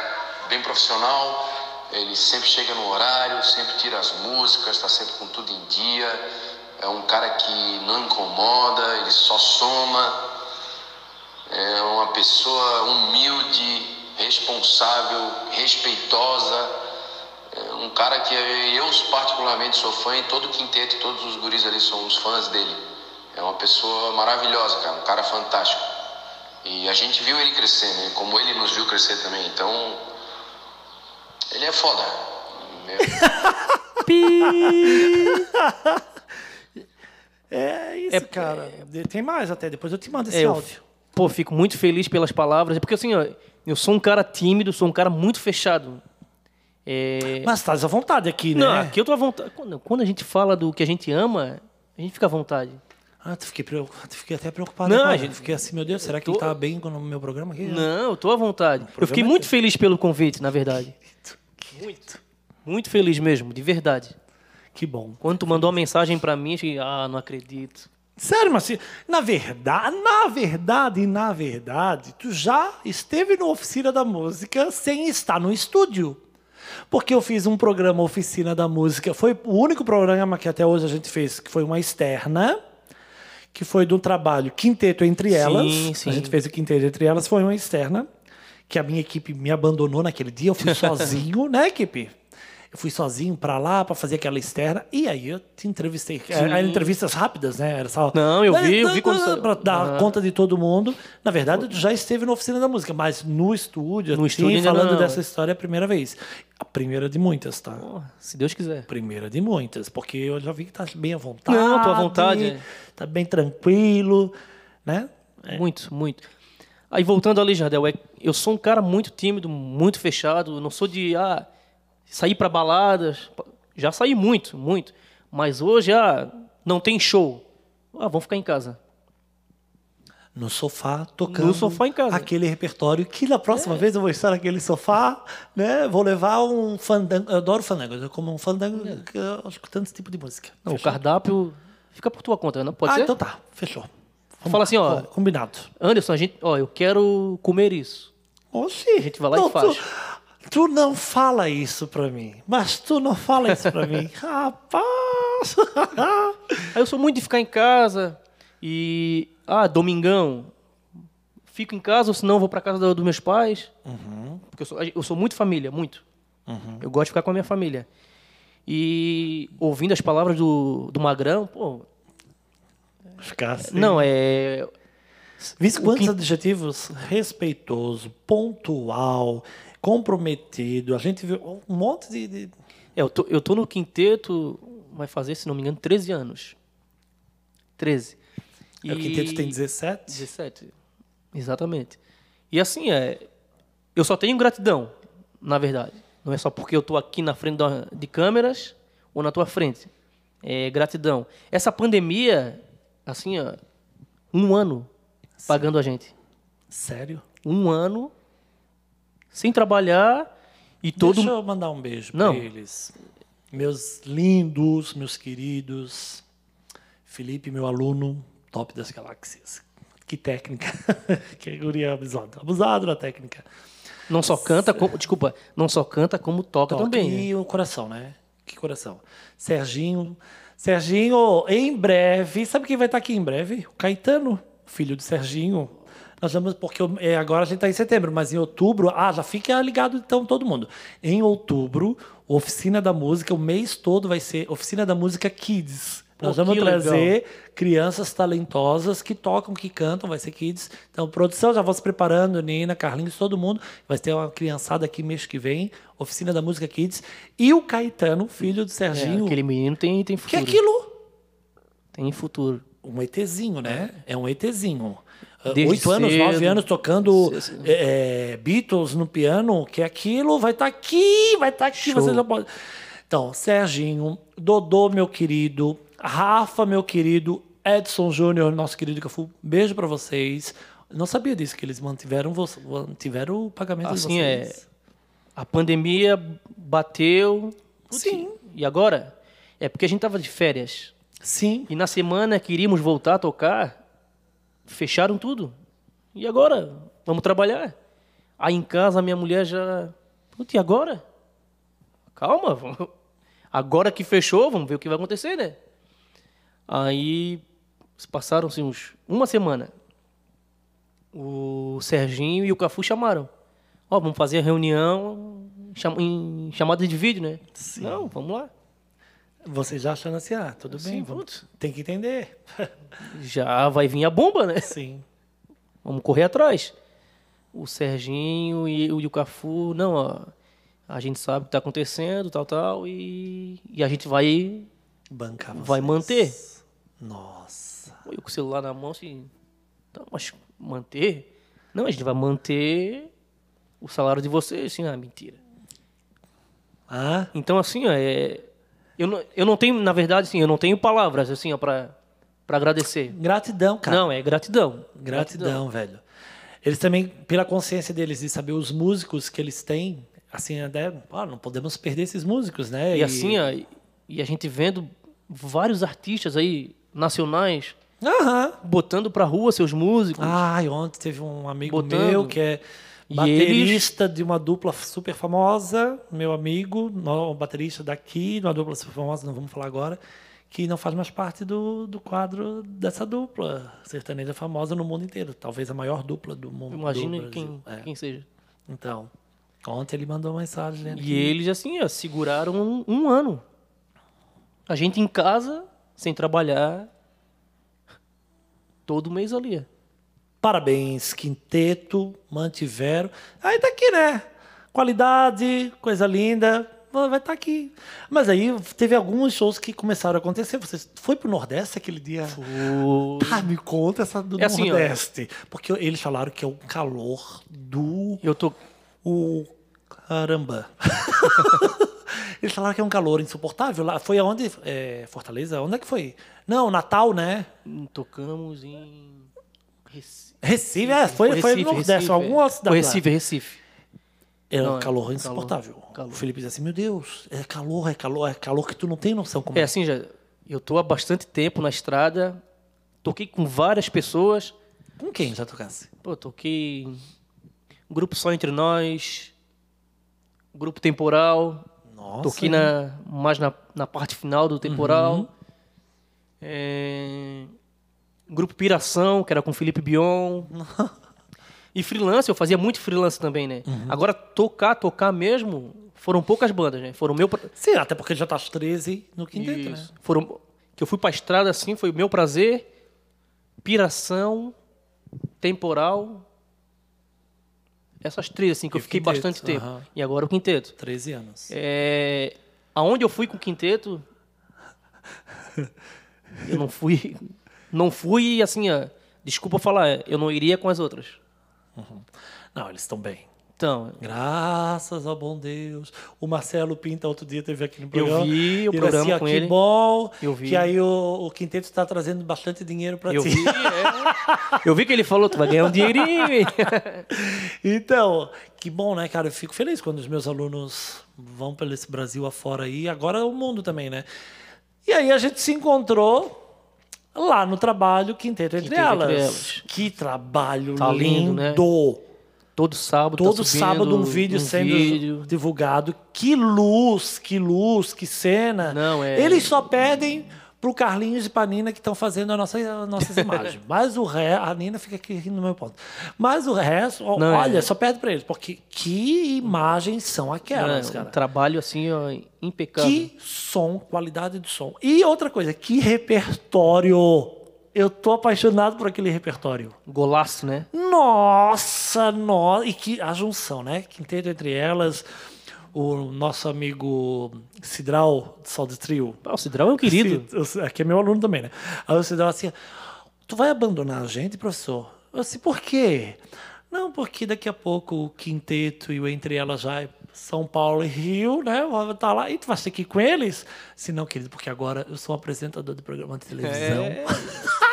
Speaker 7: bem profissional, ele sempre chega no horário, sempre tira as músicas, tá sempre com tudo em dia. É um cara que não incomoda, ele só soma. É uma pessoa humilde, responsável, respeitosa. É um cara que eu particularmente sou fã e todo o quinteto, todos os guris ali são os fãs dele. É uma pessoa maravilhosa, cara, um cara fantástico. E a gente viu ele crescer, né? Como ele nos viu crescer também. Então, ele é foda.
Speaker 2: É isso,
Speaker 3: É-
Speaker 2: cara. De- Tem mais até, depois eu te mando esse
Speaker 3: É, eu
Speaker 2: áudio.
Speaker 3: Pô, fico muito feliz pelas palavras. É porque assim, ó, eu sou um cara tímido, sou um cara muito fechado. É...
Speaker 2: Mas tá à vontade aqui, né?
Speaker 3: Não, aqui eu tô à vontade. Quando, quando a gente fala do que a gente ama, a gente fica à vontade.
Speaker 2: Ah, tu fiquei, preocupado, tu fiquei até preocupado.
Speaker 3: Não,
Speaker 2: cara.
Speaker 3: gente,
Speaker 2: fiquei assim, meu Deus, será que
Speaker 3: tô-
Speaker 2: ele tá bem no meu programa aqui?
Speaker 3: Não, eu tô à vontade. Eu fiquei
Speaker 2: problema é
Speaker 3: muito
Speaker 2: teu.
Speaker 3: feliz pelo convite, na verdade. Muito. Muito feliz mesmo, de verdade.
Speaker 2: Que bom.
Speaker 3: Quando tu mandou uma mensagem pra mim, eu achei, ah, não acredito.
Speaker 2: Sério, mas se- na verdade, na verdade, na verdade, tu já esteve na oficina da música sem estar no estúdio. Porque eu fiz um programa Oficina da Música, foi o único programa que até hoje a gente fez, que foi uma externa, que foi do trabalho Quinteto Entre
Speaker 3: Sim,
Speaker 2: Elas.
Speaker 3: sim.
Speaker 2: A gente fez o Quinteto Entre Elas, foi uma externa, que a minha equipe me abandonou naquele dia, eu fui sozinho, né, equipe? Eu fui sozinho pra lá pra fazer aquela externa e aí eu te entrevistei. Era
Speaker 3: Sim.
Speaker 2: entrevistas rápidas, né? Era só
Speaker 3: Não, eu vi, eu vi quando saiu.
Speaker 2: Pra dar
Speaker 3: Ah.
Speaker 2: conta de todo mundo. Na verdade, tu já esteve na oficina da música, mas no estúdio,
Speaker 3: No
Speaker 2: assim,
Speaker 3: estúdio ainda
Speaker 2: falando
Speaker 3: não.
Speaker 2: dessa história é a primeira vez. A primeira de muitas, tá?
Speaker 3: Pô, se Deus quiser.
Speaker 2: Primeira de muitas, porque eu já vi que tá bem à vontade.
Speaker 3: Não, tô à vontade, é.
Speaker 2: Tá bem tranquilo, né?
Speaker 3: Muito, muito. Aí voltando ali, Jardel, é- eu sou um cara muito tímido, muito fechado. Eu não sou de ah, sair pra baladas. Já saí muito, muito. Mas hoje, ah, não tem show. Ah, vamos ficar em casa.
Speaker 2: No sofá, tocando.
Speaker 3: No sofá em casa. É.
Speaker 2: Aquele repertório que na próxima vez eu vou estar naquele sofá, né? Vou levar um fandango. Eu adoro fandango, eu como um fandango, que eu escutando esse tipo de música.
Speaker 3: É. Não, o
Speaker 2: Fechou?
Speaker 3: cardápio fica por tua conta, não pode
Speaker 2: ah,
Speaker 3: ser?
Speaker 2: então tá, fechou.
Speaker 3: Fala assim, ó.
Speaker 2: Combinado.
Speaker 3: Anderson, a gente, ó, eu quero comer isso.
Speaker 2: Oxi.
Speaker 3: A gente vai lá e
Speaker 2: tu-
Speaker 3: faz.
Speaker 2: Tu, não fala isso pra mim. Mas tu não fala isso pra mim. Rapaz.
Speaker 3: Aí eu sou muito de ficar em casa e ah, domingão, fico em casa ou senão vou pra casa do- dos meus pais.
Speaker 2: Uhum.
Speaker 3: Porque eu sou, eu sou muito família, muito. Eu gosto de ficar com a minha família. E ouvindo as palavras do, do Magrão, pô,
Speaker 2: Ficar assim.
Speaker 3: não, é
Speaker 2: Viste quantos
Speaker 3: que-
Speaker 2: adjetivos? Respeitoso, pontual, comprometido. A gente viu um monte de... de-
Speaker 3: É, eu tô, eu tô no quinteto, vai fazer, se não me engano, 13 anos. 13.
Speaker 2: É, o quinteto tem 17?
Speaker 3: 17. Exatamente. E assim, é, eu só tenho gratidão, na verdade. Não é só porque eu tô aqui na frente da- de câmeras ou na tua frente. É gratidão. Essa pandemia, assim, ó, um ano pagando a gente.
Speaker 2: Sério?
Speaker 3: Um ano sem trabalhar e todo
Speaker 2: Deixa eu mandar um beijo
Speaker 3: Não.
Speaker 2: pra eles. Meus lindos, meus queridos. Felipe, meu aluno, top das galáxias. Que técnica. que guria abusada. Abusada da técnica.
Speaker 3: Não só canta, como, desculpa, não só canta, como toca,
Speaker 2: Toque
Speaker 3: também. né?
Speaker 2: E o coração, né? Que coração. Serginho. Serginho, em breve. Sabe quem vai estar aqui em breve? O Caetano, filho do Serginho. Nós vamos, porque é, agora a gente está em setembro, mas em outubro. Ah, já fica ligado então todo mundo. Em outubro, Oficina da Música, o mês todo vai ser Oficina da Música Kids.
Speaker 3: Pô,
Speaker 2: Nós vamos
Speaker 3: que legal.
Speaker 2: trazer crianças talentosas que tocam, que cantam, vai ser kids. Então, produção, já vou se preparando, Nina, Carlinhos, todo mundo. Vai ter uma criançada aqui mês que vem, oficina da música kids. E o Caetano, filho do
Speaker 3: É,
Speaker 2: Serginho.
Speaker 3: aquele menino tem, tem
Speaker 2: Que
Speaker 3: futuro.
Speaker 2: é aquilo?
Speaker 3: Tem futuro.
Speaker 2: Um ETzinho, né? É um ETzinho. Ah,
Speaker 3: Desde
Speaker 2: Oito anos, nove
Speaker 3: cedo.
Speaker 2: anos tocando
Speaker 3: Sim, sim.
Speaker 2: eh, Beatles no piano, que é aquilo, vai estar aqui, vai estar aqui,
Speaker 3: Show.
Speaker 2: vocês não podem. Então, Serginho, Dodô, meu querido, Rafa, meu querido, Edson Júnior, nosso querido Cafu, beijo pra vocês. Não sabia disso, que eles mantiveram, vo- mantiveram o pagamento
Speaker 3: Assim,
Speaker 2: de
Speaker 3: é,
Speaker 2: vocês.
Speaker 3: A pandemia bateu.
Speaker 2: Sim.
Speaker 3: E agora? É porque a gente tava de férias.
Speaker 2: Sim.
Speaker 3: E na semana que iríamos voltar a tocar, fecharam tudo. E agora? Vamos trabalhar. Aí em casa a minha mulher já. Putz, e agora? Calma, vamos- agora que fechou, vamos ver o que vai acontecer, né? Aí se passaram-se uns uma semana. O Serginho e o Cafu chamaram. Ó, vamos fazer a reunião cham- em chamada de vídeo, né? Não, vamos lá.
Speaker 2: Vocês já achando assim, ah, tudo bem,
Speaker 3: Sim,
Speaker 2: vamos, tem que entender.
Speaker 3: Já vai vir a bomba, né?
Speaker 2: Sim.
Speaker 3: Vamos correr atrás. O Serginho e, o- e o Cafu, não, ó, a gente sabe o que está acontecendo, tal, tal, e, e a gente vai.
Speaker 2: Bancar vocês.
Speaker 3: Vai manter?
Speaker 2: Nossa.
Speaker 3: Eu com o celular na mão, assim. Tá, mas manter? Não, a gente vai manter o salário de vocês, assim, ah, mentira.
Speaker 2: Ah,
Speaker 3: Então, assim, ó, é, eu, não, eu não tenho, na verdade, assim, eu não tenho palavras, assim, ó, pra, pra agradecer.
Speaker 2: gratidão, cara.
Speaker 3: Não, é gratidão.
Speaker 2: Gratidão, velho. Eles também, pela consciência deles de saber os músicos que eles têm, assim, até, ó, não podemos perder esses músicos, né?
Speaker 3: E assim, ó, e a gente vendo vários artistas aí nacionais
Speaker 2: Aham.
Speaker 3: botando pra rua seus músicos.
Speaker 2: Ai, ontem teve um amigo
Speaker 3: Botando.
Speaker 2: meu que é
Speaker 3: E
Speaker 2: baterista de uma dupla super famosa, meu amigo, no- baterista daqui, de uma dupla super famosa, não vamos falar agora, que não faz mais parte do, do quadro dessa dupla sertaneja famosa no mundo inteiro. Talvez a maior dupla do mundo. do
Speaker 3: Imagina
Speaker 2: Brasil.
Speaker 3: quem,
Speaker 2: É.
Speaker 3: quem seja.
Speaker 2: Então, ontem ele mandou uma mensagem, né?
Speaker 3: E eles, assim, ó, seguraram um, um ano. A gente em casa, sem trabalhar, todo mês ali. ó.
Speaker 2: Parabéns, quinteto, mantiveram. Aí tá aqui, né? Qualidade, coisa linda, vai estar aqui. Mas aí teve alguns shows que começaram a acontecer. Você foi pro Nordeste aquele dia?
Speaker 3: O-
Speaker 2: Tá, me conta essa do
Speaker 3: É assim, ó.
Speaker 2: Nordeste. Porque eles falaram que é o calor do
Speaker 3: Eu tô.
Speaker 2: o caramba. Eles falaram que é um calor insuportável. Lá foi aonde? É, Fortaleza? Onde é que foi? Não, Natal, né?
Speaker 3: Tocamos em. Recife.
Speaker 2: Recife, é, foi, foi no
Speaker 3: Recife,
Speaker 2: Nordeste,
Speaker 3: Recife,
Speaker 2: alguma
Speaker 3: é.
Speaker 2: cidade.
Speaker 3: Foi
Speaker 2: lá.
Speaker 3: Recife, Recife.
Speaker 2: Era
Speaker 3: Não,
Speaker 2: um
Speaker 3: é
Speaker 2: calor
Speaker 3: calor,
Speaker 2: insuportável.
Speaker 3: calor.
Speaker 2: O Felipe disse assim, meu Deus, é calor, é calor, é calor que tu não tem noção como
Speaker 3: É
Speaker 2: é.
Speaker 3: assim, já, eu tô há bastante tempo na estrada, toquei com várias pessoas.
Speaker 2: Com quem já tocasse?
Speaker 3: Pô, toquei em grupo só entre nós, grupo temporal,
Speaker 2: Nossa.
Speaker 3: toquei na, mais na, na parte final do temporal. É, grupo Piração, que era com Felipe Bion. e freelance, eu fazia muito freelance também, né? Agora tocar, tocar mesmo, foram poucas bandas, né? Foram meu, pra-
Speaker 2: Sim, até porque já tá aos 13 no quinteto, né?
Speaker 3: isso. Foram, que eu fui pra estrada assim, foi meu prazer. Piração, temporal. Essas três, assim,
Speaker 2: E
Speaker 3: que eu
Speaker 2: o
Speaker 3: fiquei
Speaker 2: quinteto,
Speaker 3: bastante tempo.
Speaker 2: aham.
Speaker 3: E agora o quinteto.
Speaker 2: 13 anos.
Speaker 3: É, aonde eu fui com o quinteto, eu não fui. Não fui assim, ó, desculpa falar, eu não iria com as outras.
Speaker 2: Não, eles estão bem.
Speaker 3: Então,
Speaker 2: Graças ao bom Deus. O Marcelo Pinta outro dia teve aqui no
Speaker 3: Eu
Speaker 2: programa.
Speaker 3: vi o
Speaker 2: Ele
Speaker 3: programa
Speaker 2: assim, ó,
Speaker 3: com
Speaker 2: que
Speaker 3: ele.
Speaker 2: bom.
Speaker 3: Eu vi.
Speaker 2: Que aí o, o quinteto tá trazendo bastante dinheiro pra
Speaker 3: eu
Speaker 2: ti.
Speaker 3: vi, é. eu vi que ele falou, tu vai ganhar um dinheirinho. hein?"
Speaker 2: Então, que bom, né, cara? Eu fico feliz quando os meus alunos vão pelo esse é Brasil afora aí, agora o mundo também, né? E aí a gente se encontrou lá no trabalho Quinteto Entre,
Speaker 3: Quinteto
Speaker 2: elas.
Speaker 3: Entre Elas.
Speaker 2: Que trabalho
Speaker 3: Tá lindo,
Speaker 2: lindo!
Speaker 3: né? Todo sábado tá
Speaker 2: Todo
Speaker 3: subindo
Speaker 2: sábado um vídeo sendo
Speaker 3: vídeo.
Speaker 2: divulgado. Que luz, que luz, que cena.
Speaker 3: Não, é-
Speaker 2: Eles só pedem pro Carlinhos e pra Nina que estão fazendo a nossa, as nossas imagens. Mas o resto... A Nina fica aqui no meu ponto. Mas o resto, ó,
Speaker 3: Não, é-
Speaker 2: olha, só pede pra eles. Porque que imagens são aquelas,
Speaker 3: Não,
Speaker 2: É, cara?
Speaker 3: um trabalho assim, ó, impecável.
Speaker 2: Que som, qualidade do som. E outra coisa, que repertório. Eu tô apaixonado por aquele repertório.
Speaker 3: Golaço, né?
Speaker 2: Nossa, nossa. E que a junção, né? Quinteto entre elas, o nosso amigo Cidral, do Sol do Trio.
Speaker 3: Ah, O Cidrão é um querido.
Speaker 2: Cid- eu- Aqui é meu aluno também, né? Aí o Cidral assim, tu vai abandonar a gente, professor? Eu assim, por quê? Não, porque daqui a pouco o Quinteto e o Entre Elas vai São Paulo e Rio, né? Vai estar lá e tu vai ter que ir com eles? Se não, querido, porque agora eu sou um apresentador de programa de
Speaker 3: É.
Speaker 2: televisão.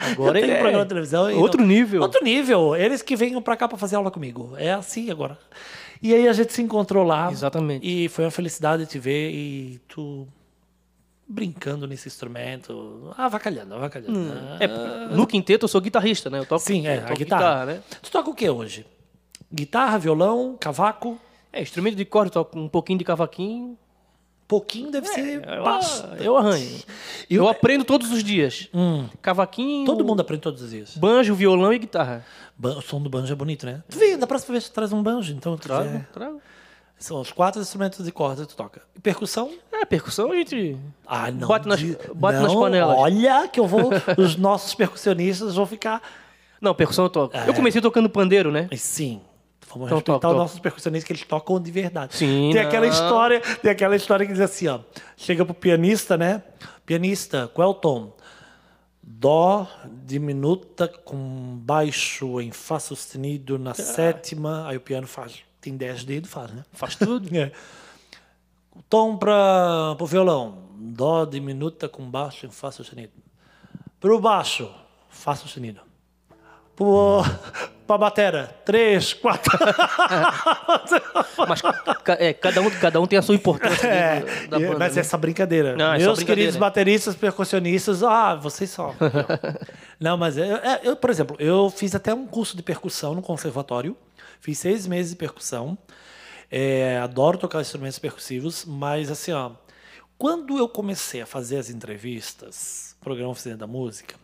Speaker 3: Agora
Speaker 2: Eu
Speaker 3: ele
Speaker 2: tenho
Speaker 3: é
Speaker 2: programa de televisão. e
Speaker 3: outro nível.
Speaker 2: Outro nível. Eles que venham pra cá pra fazer aula comigo. É assim agora. E aí a gente se encontrou lá.
Speaker 3: Exatamente.
Speaker 2: E foi uma felicidade te ver e tu brincando nesse instrumento. Avacalhando, avacalhando. Ah.
Speaker 3: É, no quinteto eu sou guitarrista, né? Eu toco,
Speaker 2: Sim, é,
Speaker 3: eu
Speaker 2: a
Speaker 3: toco
Speaker 2: guitarra.
Speaker 3: né?
Speaker 2: Tu toca o que hoje? Guitarra, violão, cavaco?
Speaker 3: É, instrumento de corda, eu toco um pouquinho de cavaquinho.
Speaker 2: Pouquinho deve ser
Speaker 3: É, Eu,
Speaker 2: basta.
Speaker 3: eu arranho. Eu, aprendo todos os dias. Cavaquinho,
Speaker 2: Hum. Todo mundo aprende todos os dias.
Speaker 3: banjo, violão e guitarra.
Speaker 2: Ban- O som do banjo é bonito, né? Tu vê, da próxima vez tu traz um banjo, então. tu
Speaker 3: Trago,
Speaker 2: quiser.
Speaker 3: trago.
Speaker 2: São os quatro instrumentos de corda que tu toca. E percussão?
Speaker 3: É, percussão a gente...
Speaker 2: Ah, não.
Speaker 3: Bate nas-
Speaker 2: di-
Speaker 3: bate nas
Speaker 2: não,
Speaker 3: panelas.
Speaker 2: Olha, que eu vou. os nossos percussionistas vão ficar.
Speaker 3: Não, percussão eu toco.
Speaker 2: É.
Speaker 3: Eu comecei tocando pandeiro, né?
Speaker 2: Mas sim. Vamos
Speaker 3: Então,
Speaker 2: respeitar
Speaker 3: toca,
Speaker 2: os
Speaker 3: toca.
Speaker 2: nossos percussionistas que eles tocam de verdade.
Speaker 3: Sim,
Speaker 2: Tem aquela
Speaker 3: não.
Speaker 2: história, tem aquela história que diz assim, ó. Chega pro pianista, né? Pianista, qual é o tom? Dó diminuta com baixo em Fá sustenido
Speaker 3: Ah.
Speaker 2: na sétima. Aí o piano faz. Tem dez dedos, faz, né?
Speaker 3: Faz tudo.
Speaker 2: É. O Tom para o violão. Dó diminuta com baixo em Fá sustenido. Para o baixo, Fá sustenido. Para a batera, três, quatro.
Speaker 3: Mas ca- é, cada, um, cada um tem a sua importância
Speaker 2: É,
Speaker 3: dentro da
Speaker 2: e-
Speaker 3: banda,
Speaker 2: mas
Speaker 3: né?
Speaker 2: essa brincadeira.
Speaker 3: Não, é só
Speaker 2: Meus
Speaker 3: brincadeira.
Speaker 2: queridos bateristas, percussionistas, ah, vocês só. Não, mas eu, é, eu, por exemplo, eu fiz até um curso de percussão no conservatório. Fiz seis meses de percussão. É, adoro tocar instrumentos percussivos, mas assim, ó, quando eu comecei a fazer as entrevistas, programa Oficina da Música,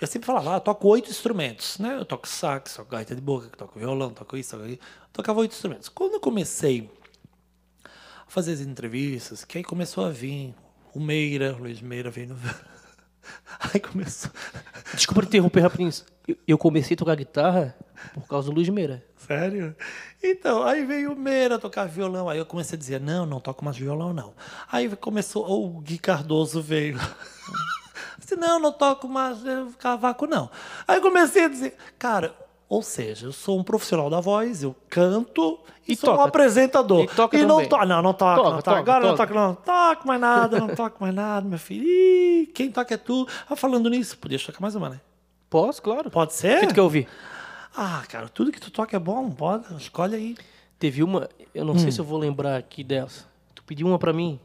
Speaker 2: eu sempre falava, ah, eu toco oito instrumentos, né? Eu toco sax, toco gaita de boca, toco violão, toco isso, toco aquilo. Tocava oito instrumentos. Quando eu comecei fazer as entrevistas, que aí começou a vir o Meira, o Luiz Meira veio no... Aí começou...
Speaker 3: Desculpa interromper, rapidinho. Eu, eu comecei a tocar guitarra por causa do Luiz Meira.
Speaker 2: Sério? Então, aí veio o Meira tocar violão, aí eu comecei a dizer, não, não toco mais violão, não. Aí começou, o Gui Cardoso veio... Disse, não, não toco mais eh, cavaco, não. Aí eu comecei a dizer, cara, ou seja, eu sou um profissional da voz, eu canto e,
Speaker 3: E
Speaker 2: sou um
Speaker 3: toca.
Speaker 2: apresentador.
Speaker 3: E toca
Speaker 2: não
Speaker 3: também.
Speaker 2: toco. Não, não toco,
Speaker 3: Toca,
Speaker 2: não toco.
Speaker 3: toca,
Speaker 2: Agora não
Speaker 3: toca.
Speaker 2: toco, não. Toco mais nada, não toco mais nada, meu filho. Ih, quem toca é tu. Ah, falando nisso, podia tocar mais uma, né?
Speaker 3: Posso, claro.
Speaker 2: Pode
Speaker 3: O
Speaker 2: ser?
Speaker 3: que tu quer ouvir?
Speaker 2: Ah, cara, tudo que tu toca é bom, pode. Escolhe aí.
Speaker 3: Teve uma, eu não
Speaker 2: Hum.
Speaker 3: sei se eu vou lembrar aqui dessa. Tu pediu uma pra mim?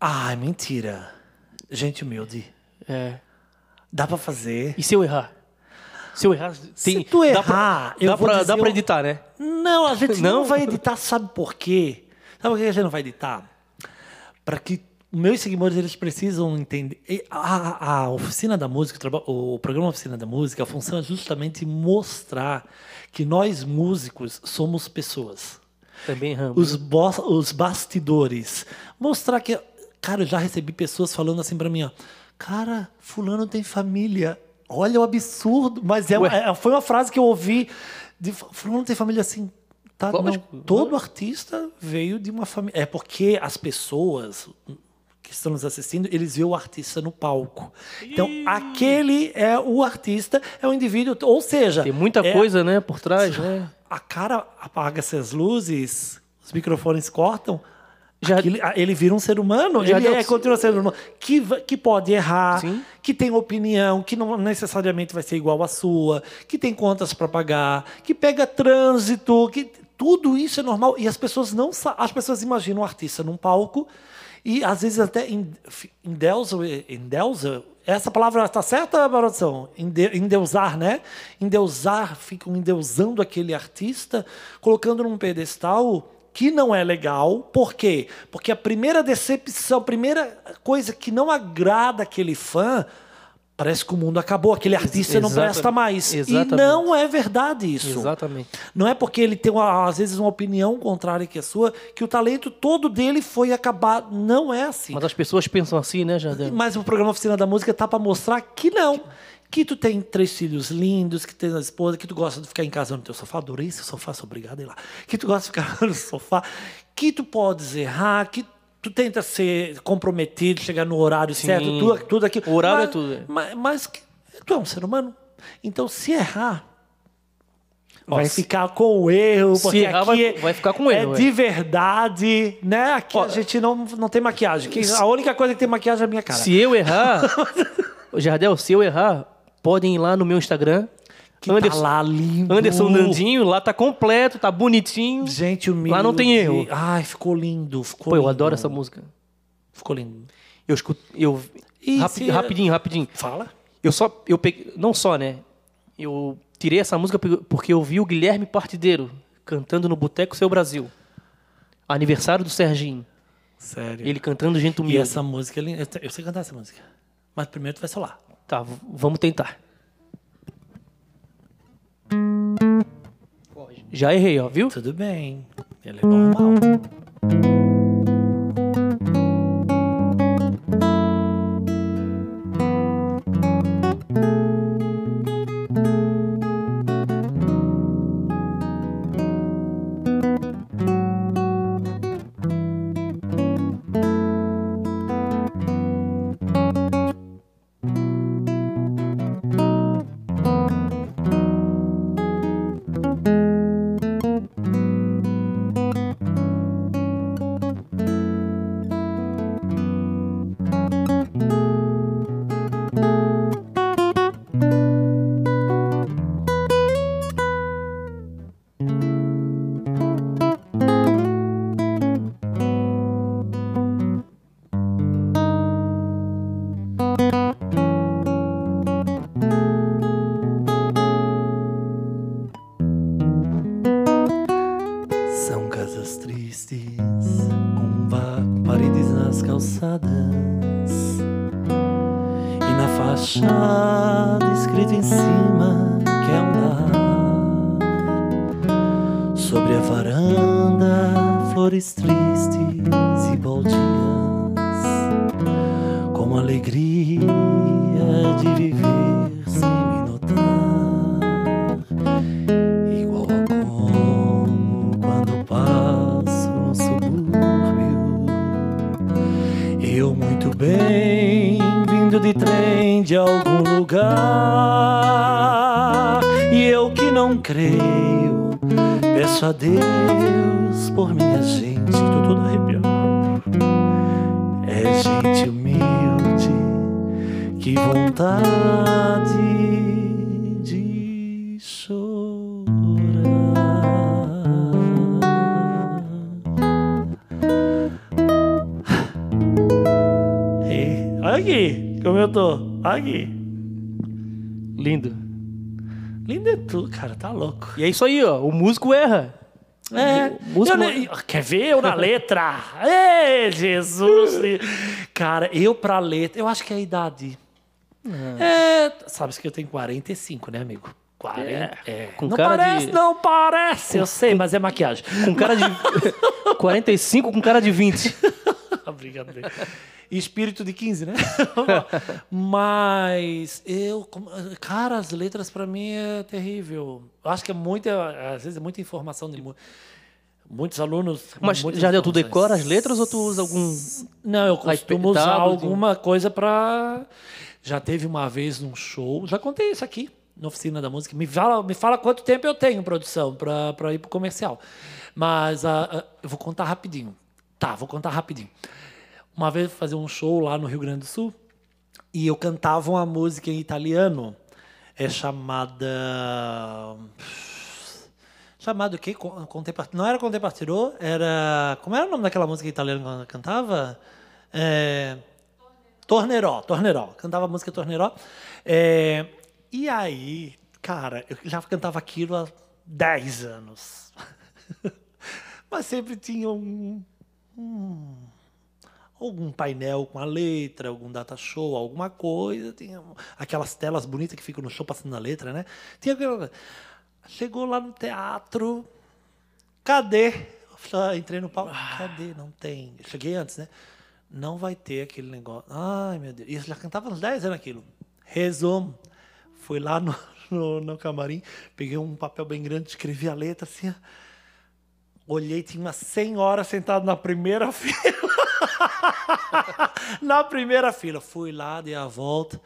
Speaker 2: Ah, mentira. Gente humilde.
Speaker 3: É.
Speaker 2: Dá pra fazer.
Speaker 3: E se eu errar? Se eu errar, tem,
Speaker 2: Se tu
Speaker 3: dá pra-
Speaker 2: errar, eu
Speaker 3: dá
Speaker 2: vou
Speaker 3: pra,
Speaker 2: dizer
Speaker 3: dá pra
Speaker 2: um-
Speaker 3: editar, né?
Speaker 2: Não, a gente não,
Speaker 3: Não?
Speaker 2: vai editar, sabe por quê? Sabe por que a gente não vai editar? Para que meus seguidores eles precisam entender. E A, a- a oficina da música, o traba- o, programa Oficina da Música, a função é justamente mostrar que nós músicos somos pessoas.
Speaker 3: Também erramos.
Speaker 2: Os, bo- os bastidores. Mostrar que. Cara, eu já recebi pessoas falando assim pra mim, ó. Cara, fulano tem família. Olha o absurdo. Mas é,
Speaker 3: Ué.
Speaker 2: é- foi uma frase que eu ouvi. De, fu- fulano tem família assim. Tá, não.
Speaker 3: Lógico.
Speaker 2: Todo artista veio de uma família. É porque as pessoas que estão nos assistindo, eles veem o artista no palco. Então, aquele é o artista, é o indivíduo. Ou seja,
Speaker 3: Tem muita
Speaker 2: é-
Speaker 3: coisa, né, por trás, né?
Speaker 2: a cara apaga-se as luzes, os microfones cortam.
Speaker 3: Já-
Speaker 2: aquilo- a- ele vira um ser humano,
Speaker 3: Já
Speaker 2: ele
Speaker 3: deu-
Speaker 2: é, continua sendo humano, que, va- que pode errar,
Speaker 3: Sim.
Speaker 2: que tem opinião, que não necessariamente vai ser igual à sua, que tem contas para pagar, que pega trânsito, que tudo isso é normal. E as pessoas não sa- as pessoas imaginam o artista num palco E às vezes até en- f- endeusa, endeusa essa palavra está certa, Baroção? Ende- Endeusar, né? Endeusar, ficam endeusando aquele artista, colocando num pedestal que não é legal. Por quê? Porque a primeira decepção, a primeira coisa que não agrada aquele fã, parece que o mundo acabou, aquele artista não
Speaker 3: exata-
Speaker 2: presta mais.
Speaker 3: exatamente.
Speaker 2: E não é verdade isso.
Speaker 3: Exatamente.
Speaker 2: Não é porque ele tem, uma- às vezes, uma opinião contrária que a sua, que o talento todo dele foi acabar. Não é assim.
Speaker 3: Mas as pessoas pensam assim, né, Jardel?
Speaker 2: Mas o programa Oficina da Música tá para mostrar que não. Que tu tem três filhos lindos, que tem uma esposa, que tu gosta de ficar em casa no teu sofá. Adorei esse sofá, sou obrigado a ir lá. Que tu gosta de ficar no sofá. Que tu podes errar, que tu tenta ser comprometido, chegar no horário certo, tudo, tudo aquilo.
Speaker 3: O horário
Speaker 2: Mas-
Speaker 3: é tudo, é.
Speaker 2: Mas, mas que- tu é um ser humano. Então, se errar, vai
Speaker 3: Vai
Speaker 2: ficar com o erro,
Speaker 3: Se
Speaker 2: porque
Speaker 3: errar, vai-
Speaker 2: aqui
Speaker 3: vai ficar com o erro,
Speaker 2: É
Speaker 3: é.
Speaker 2: de verdade, né? Aqui
Speaker 3: Ó,
Speaker 2: a gente não, não tem maquiagem. Quem- a única coisa que tem maquiagem é a minha cara.
Speaker 3: Se eu errar, Ô, Jardel, se eu errar, podem ir lá no meu Instagram.
Speaker 2: Que tá lá lindo.
Speaker 3: Anderson Nandinho, lá tá completo, tá bonitinho.
Speaker 2: Gente, o
Speaker 3: Lá não tem
Speaker 2: Mildi-
Speaker 3: erro.
Speaker 2: Ai, ficou lindo. Ficou
Speaker 3: Pô, eu
Speaker 2: lindo.
Speaker 3: adoro essa música.
Speaker 2: Ficou lindo.
Speaker 3: Eu escuto, eu
Speaker 2: E
Speaker 3: Rapi-
Speaker 2: se- é-
Speaker 3: rapidinho, rapidinho.
Speaker 2: Fala.
Speaker 3: Eu só eu peguei, não só, né? Eu tirei essa música pe- porque eu vi o Guilherme Partideiro cantando no Boteco Seu Brasil. Aniversário do Serginho.
Speaker 2: Sério.
Speaker 3: Ele cantando Gente
Speaker 2: É. E
Speaker 3: Humilde.
Speaker 2: essa música é linda. Eu te- Eu sei cantar essa música. Mas primeiro tu vai solar.
Speaker 3: Tá, v- vamos tentar. Ó, Já errei, ó, viu?
Speaker 2: Tudo bem. Ele é normal. São casas tristes, com va- paredes nas calçadas e na fachada escrito em cima que é um lar. Sobre a varanda, flores tristes e baldias, como a alegria de viver sem me notar igual a como quando passo no subúrbio. Eu muito bem vindo de trem de algum lugar e eu que não creio peço a Deus por minha gente. Tô todo arrepiado. É gente humilde. Que vontade de chorar. Ei, olha aqui, como eu tô. Olha aqui.
Speaker 3: Lindo.
Speaker 2: Lindo é tu, cara, tá louco.
Speaker 3: E é isso aí, ó. O músico erra.
Speaker 2: É,
Speaker 3: música-
Speaker 2: eu nem- quer ver eu na letra? Ê, Jesus! Cara, eu pra letra, eu acho que é a idade. É, sabes que eu tenho 45, né, amigo? 40. É.
Speaker 3: com
Speaker 2: não
Speaker 3: cara de-
Speaker 2: parece, não parece, eu sei, mas é maquiagem.
Speaker 3: Com cara de 45 com cara de 20.
Speaker 2: Obrigado. Dave. E Espírito de 15, né? Mas eu, como- cara, as letras pra mim é terrível. Eu acho que é muita, às vezes é muita informação de mu- muitos alunos.
Speaker 3: Mas
Speaker 2: muitas
Speaker 3: já deu tu
Speaker 2: informações.
Speaker 3: decora as letras ou tu usa algum
Speaker 2: Não, eu
Speaker 3: Aí,
Speaker 2: costumo
Speaker 3: tá,
Speaker 2: usar
Speaker 3: Bruno.
Speaker 2: alguma coisa pra. Já teve uma vez num show, já contei isso aqui na oficina da música. Me fala, me fala quanto tempo eu tenho produção pra pra ir pro comercial. Mas ah, ah, eu vou contar rapidinho. Tá, vou contar rapidinho. Uma vez eu fui fazer um show lá no Rio Grande do Sul e eu cantava uma música em italiano. É chamada chamado o quê? Con- Contempart... Não era Contempartirô, era. Como era o nome daquela música italiana que ela cantava? É, Torneró, Torneró. Cantava a música Torneró. É, e aí, cara, eu já cantava aquilo há 10 anos. Mas sempre tinha um, um- algum painel com a letra, algum data show, alguma coisa. Tinha um- aquelas telas bonitas que ficam no show passando a letra, né? Tinha aquela... Chegou lá no teatro, Cadê? Ah, Entrei no palco. Cadê? Não tem. Eu Cheguei antes, né? Não vai ter aquele negócio. Ai, meu Deus. E eu já cantava uns 10 anos aquilo. Resumo. Fui lá no, no, no camarim, peguei um papel bem grande, escrevi a letra assim. ó. Olhei, tinha uma senhora sentada na primeira fila. na primeira fila. Fui lá, dei a volta.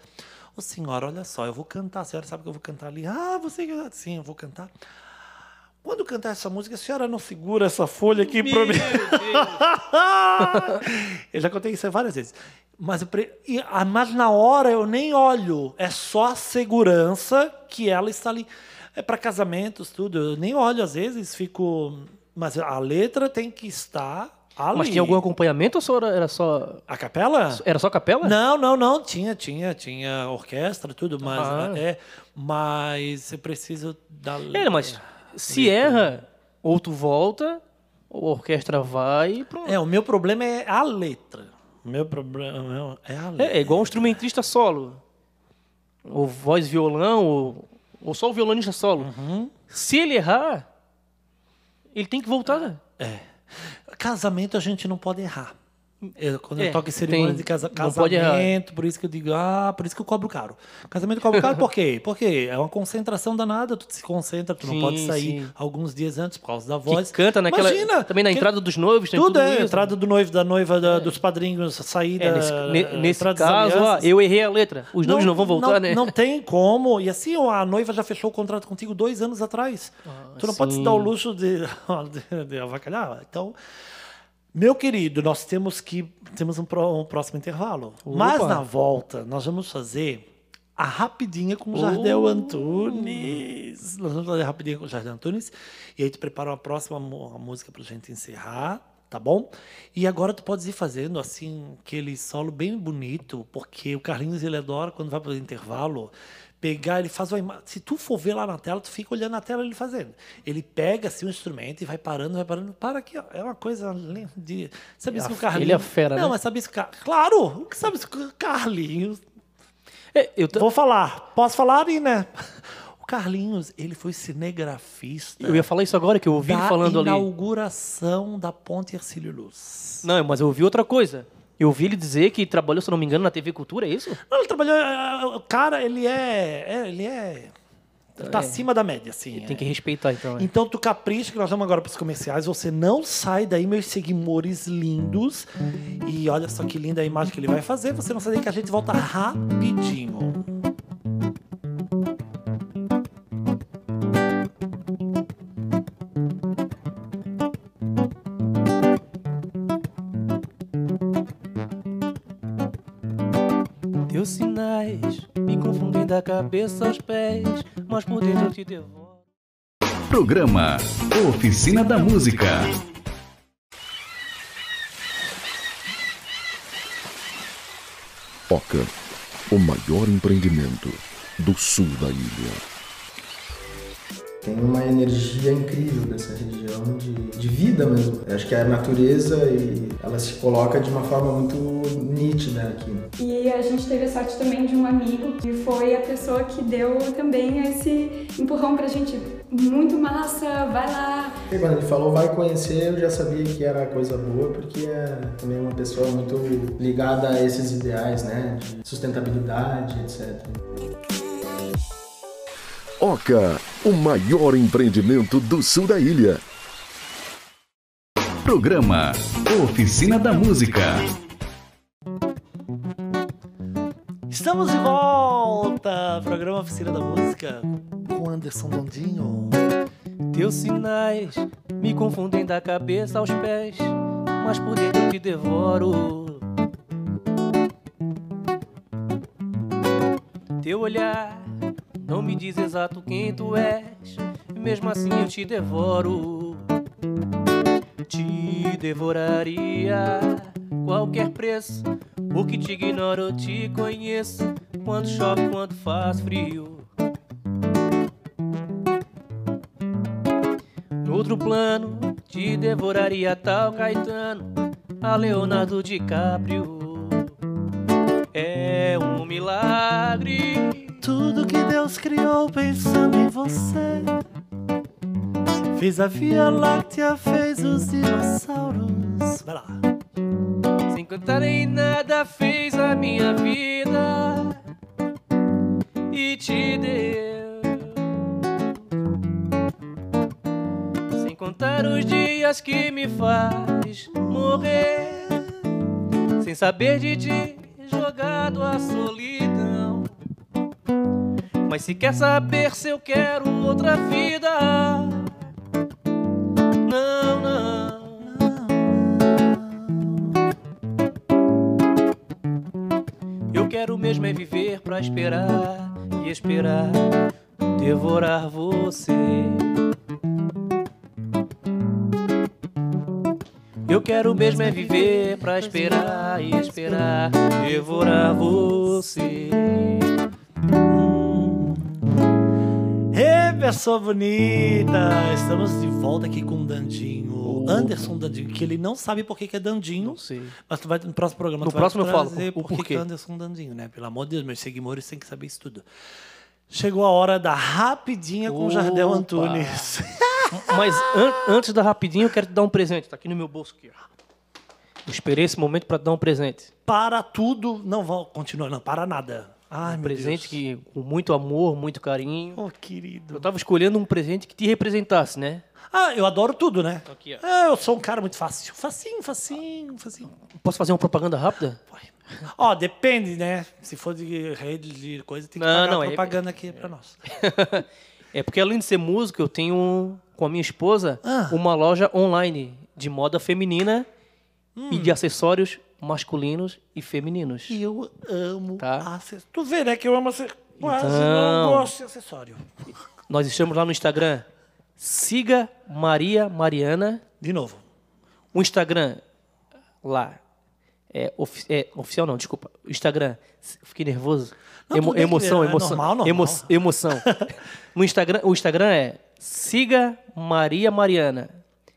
Speaker 2: Ô, senhora, olha só, eu vou cantar. A senhora sabe que eu vou cantar ali. Ah, você que. Sim, eu vou cantar. Quando eu cantar essa música, a senhora não segura essa folha aqui pra mim. eu já contei isso várias vezes. Mas, eu pre- e- ah, mas na hora eu nem olho. É só a segurança que ela está ali. É para casamentos, tudo. Eu nem olho, às vezes fico. Mas a letra tem que estar ali.
Speaker 3: Mas tinha algum acompanhamento ou só era, era só.
Speaker 2: A capela?
Speaker 3: Era só capela?
Speaker 2: Não, não, não. Tinha, tinha, tinha orquestra, tudo, mas
Speaker 3: Ah.
Speaker 2: é. Mas eu preciso da letra.
Speaker 3: É, mas se
Speaker 2: né?
Speaker 3: erra, ou tu volta, ou a orquestra vai e pronto.
Speaker 2: É, o meu problema é a letra. O meu problema é a letra.
Speaker 3: É, é igual um instrumentista solo. Ou voz violão, ou, ou só o violonista solo.
Speaker 2: Uhum.
Speaker 3: Se ele errar, ele tem que voltar.
Speaker 2: Casamento a gente não pode errar. Eu- quando
Speaker 3: É,
Speaker 2: eu toco em cerimônia
Speaker 3: tem-
Speaker 2: de casa,
Speaker 3: não pode errar.
Speaker 2: casamento, por isso que eu digo, ah, por isso que eu cobro caro. Casamento eu cobro caro por quê? Porque é uma concentração danada, tu se concentra, tu
Speaker 3: Sim,
Speaker 2: não pode sair
Speaker 3: sim.
Speaker 2: alguns dias antes por causa da
Speaker 3: Que
Speaker 2: voz.
Speaker 3: canta naquela.
Speaker 2: Imagina,
Speaker 3: também na
Speaker 2: que-
Speaker 3: entrada dos noivos, tem
Speaker 2: Tudo,
Speaker 3: tudo,
Speaker 2: é,
Speaker 3: isso.
Speaker 2: entrada do noivo, da noiva, da- dos padrinhos, saída. eh,
Speaker 3: É, nesse, ne- nesse
Speaker 2: entrada das
Speaker 3: caso, ah,
Speaker 2: alianças.
Speaker 3: eu errei a letra. Os noivos não, vão voltar,
Speaker 2: não-
Speaker 3: né?
Speaker 2: Não tem como. E assim, ó, a noiva já fechou o contrato contigo dois anos atrás. tu não pode se
Speaker 3: Ah, sim.
Speaker 2: dar o luxo de, de, de avacalhar. Então, meu querido, nós temos que temos um, pró- um próximo intervalo. Mas na volta, nós vamos fazer a rapidinha com o Jardel Antunes. Nós vamos fazer a rapidinha com o Jardel Antunes. E aí tu prepara uma próxima mu- uma música pra gente encerrar, tá bom? E agora tu podes ir fazendo assim aquele solo bem bonito, porque o Carlinhos ele adora quando vai para o intervalo pegar, ele faz uma imagem. Se tu for ver lá na tela, tu fica olhando a tela ele fazendo. Ele pega assim o instrumento e vai parando, vai parando. Para aqui, ó. É uma coisa linda de. Sabe isso que o Carlinhos.
Speaker 3: ele é fera,
Speaker 2: Não,
Speaker 3: né?
Speaker 2: mas sabe isso que. o Car- Claro! O que sabe isso que o Carlinhos.
Speaker 3: É, eu ta-
Speaker 2: Vou falar. Posso falar ali, né? Então, O Carlinhos, ele foi cinegrafista.
Speaker 3: eu ia falar isso agora, que eu ouvi ele
Speaker 2: da
Speaker 3: falando ali.
Speaker 2: inauguração da Ponte Ercílio Luz.
Speaker 3: Não, mas eu ouvi outra coisa. Eu ouvi ele dizer que trabalhou, se eu não me engano, na TV Cultura, é isso?
Speaker 2: Não, ele trabalhou. ah, O cara, ele é. é, ele é. Tá acima da média, assim.
Speaker 3: Tem
Speaker 2: é.
Speaker 3: que respeitar, então. é.
Speaker 2: Então tu capricha que nós vamos agora para os comerciais. Você não sai daí, meus seguidores lindos. E olha só que linda a imagem que ele vai fazer. Você não sai daí que a gente volta rapidinho.
Speaker 3: Teus sinais me confundem da cabeça aos pés, mas por dentro eu te devoro.
Speaker 1: Programa Oficina da Música.
Speaker 4: Oca, o maior empreendimento do sul da ilha.
Speaker 5: Tem uma energia incrível dessa região de, de vida mesmo. Eu acho que a natureza e ela se coloca de uma forma muito nítida aqui.
Speaker 6: E a gente teve a sorte também de um amigo que foi a pessoa que deu também esse empurrão pra gente. Muito massa, vai lá.
Speaker 5: E quando ele falou vai conhecer, eu já sabia que era coisa boa, porque é também uma pessoa muito ligada a esses ideais, né? De sustentabilidade, etc.
Speaker 4: Oca, o maior empreendimento do sul da ilha.
Speaker 1: Programa Oficina da Música.
Speaker 2: Estamos de volta! Programa Oficina da Música com Anderson Dondinho.
Speaker 3: Teus sinais me confundem da cabeça aos pés, mas por dentro eu te devoro. Teu olhar não me diz exato quem tu és, mesmo assim eu te devoro. Te devoraria qualquer preço. O que te ignoro, eu te conheço. Quando chove, quando faz frio. No outro plano, te devoraria tal Caetano, a Leonardo DiCaprio. É um milagre.
Speaker 2: Tudo que Deus criou pensando em você. Fez a Via Láctea, fez os dinossauros. Vai lá.
Speaker 3: Sem cantar em nada fez a minha vida e te deu. Sem contar os dias que me faz morrer, sem saber de ti jogado à solidão. Mas se quer saber se eu quero outra vida, não, não. Eu quero mesmo é viver pra esperar e esperar devorar você. Eu quero mesmo é viver pra esperar e esperar devorar você.
Speaker 2: Ê, pessoa bonita! Estamos de volta aqui com o Dandinho. Anderson Dandinho, que ele não sabe por que, que é Dandinho.
Speaker 3: Oh. Não sei.
Speaker 2: Mas tu vai no próximo programa.
Speaker 3: No
Speaker 2: tu vai
Speaker 3: próximo eu falo
Speaker 2: trazer
Speaker 3: o
Speaker 2: por que
Speaker 3: porquê.
Speaker 2: que é Anderson Dandinho, né? Pelo amor de Deus, meus seguidores têm que saber isso tudo. Chegou a hora da rapidinha com o Jardel
Speaker 3: Opa.
Speaker 2: Antunes.
Speaker 3: Mas an- antes da rapidinho, eu quero te dar um presente. Tá aqui no meu bolso aqui, ó. Eu esperei esse momento pra te dar um presente.
Speaker 2: para tudo, não vão continuar, não para nada. Ai,
Speaker 3: Um
Speaker 2: meu
Speaker 3: presente
Speaker 2: Deus.
Speaker 3: que com muito amor, muito carinho.
Speaker 2: Oh,
Speaker 3: Eu
Speaker 2: querido.
Speaker 3: tava escolhendo um presente que te representasse, né?
Speaker 2: Ah, eu adoro tudo, né?
Speaker 3: Aqui, ó.
Speaker 2: Ah, eu sou um cara muito fácil. Facinho, facinho, facinho.
Speaker 3: Posso fazer uma propaganda rápida?
Speaker 2: Ó, depende, né? Se for de rede, de coisa, tem que
Speaker 3: Não,
Speaker 2: pagar
Speaker 3: não,
Speaker 2: a
Speaker 3: é-
Speaker 2: propaganda aqui pra nós.
Speaker 3: é porque além de ser músico, eu tenho com a minha esposa
Speaker 2: Ah.
Speaker 3: uma loja online de moda feminina e de acessórios masculinos e femininos.
Speaker 2: E eu amo
Speaker 3: Tá.
Speaker 2: acessório. Tu vê, né, que eu amo acessório. Quase não
Speaker 3: Então.
Speaker 2: gosto de acessório.
Speaker 3: Nós estamos lá no Instagram. Siga Maria Mariana.
Speaker 2: De novo.
Speaker 3: O Um Instagram lá é, ofi- é, oficial não, desculpa. O Instagram, s- fiquei nervoso.
Speaker 2: Não,
Speaker 3: Emo-
Speaker 2: tudo bem,
Speaker 3: emoção,
Speaker 2: é
Speaker 3: emoção.
Speaker 2: normal, normal.
Speaker 3: emo- emoção. no Instagram, o Instagram é Siga Maria Mariana.